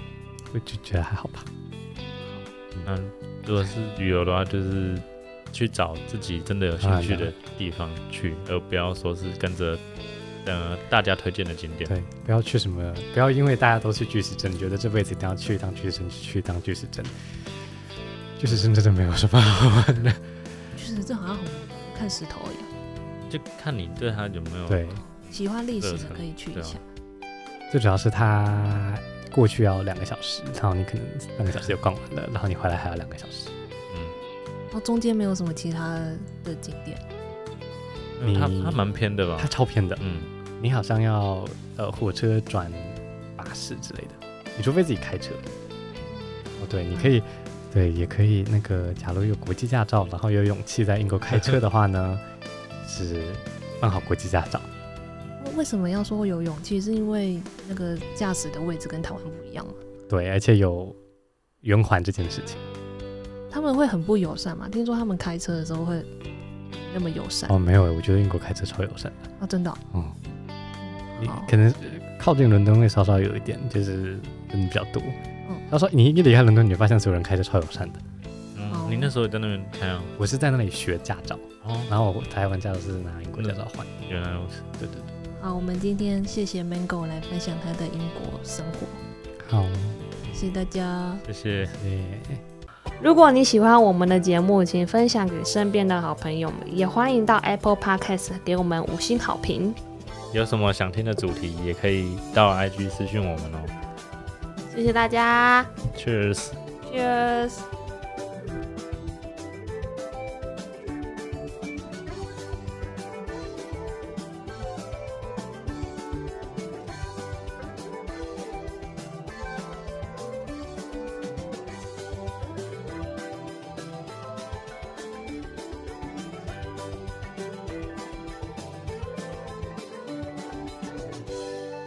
Speaker 2: 我就觉得还好吧。
Speaker 1: 那如果是旅游的话，就是去找自己真的有兴趣的地方去，而不要说是跟着呃大家推荐的景点。
Speaker 2: 对，不要去什么，不要因为大家都去巨石阵，你觉得这辈子一定要去一趟巨石阵，去一趟巨石阵。巨石阵真的没有什么好玩的。
Speaker 3: 就是这好像很看石头一样，
Speaker 1: 就看你对它有没有
Speaker 2: 对，
Speaker 3: 喜欢历史
Speaker 1: 热
Speaker 3: 的
Speaker 1: 忱
Speaker 3: 可以去一
Speaker 1: 对啊
Speaker 3: 下。
Speaker 2: 最主要是它过去要两个小时，然后你可能半个小时就逛完了，然后你回来还要两个小时。
Speaker 1: 嗯
Speaker 3: 然后中间没有什么其他的景点，
Speaker 1: 因为它
Speaker 2: 你
Speaker 1: 它蛮偏的吧
Speaker 2: 它？超偏的，
Speaker 1: 啊嗯，
Speaker 2: 你好像要呃火车转巴士之类的，你除非自己开车。哦，对，你可以，对，也可以那个，假如有国际驾照，然后有勇气在英国开车的话呢，是办好国际驾照。
Speaker 3: 为什么要说有勇气？是因为那个驾驶的位置跟台湾不一样吗？
Speaker 2: 对，而且有圆环这件事情。
Speaker 3: 他们会很不友善嘛？听说他们开车的时候会那么友善
Speaker 2: 哦，没有欸，我觉得英国开车超友善的。
Speaker 3: 啊？真的哦、
Speaker 2: 嗯，你
Speaker 3: 好
Speaker 2: 可能呃靠近伦敦会稍稍有一点，就是人比较多。
Speaker 3: 嗯
Speaker 2: 他说你一离开伦敦，你就发现所有人开车超友善的。
Speaker 1: 嗯，你那时候也在那边开啊？
Speaker 2: 我是在那里学驾照，
Speaker 1: 哦，
Speaker 2: 然后我台湾驾照是拿英国驾照换。
Speaker 1: 原来如此。
Speaker 2: 对对对，
Speaker 3: 好，我们今天谢谢 Mango 来分享他的英国生活，
Speaker 2: 好，
Speaker 3: 谢谢大家。
Speaker 1: 谢谢。
Speaker 2: 对。
Speaker 4: 如果你喜欢我们的节目，请分享给身边的好朋友们，也欢迎到 Apple Podcast 给我们五星好评。
Speaker 1: 有什么想听的主题，也可以到 IG 私讯我们哦。
Speaker 4: 谢谢大家
Speaker 1: Cheers。
Speaker 4: ，Cheers。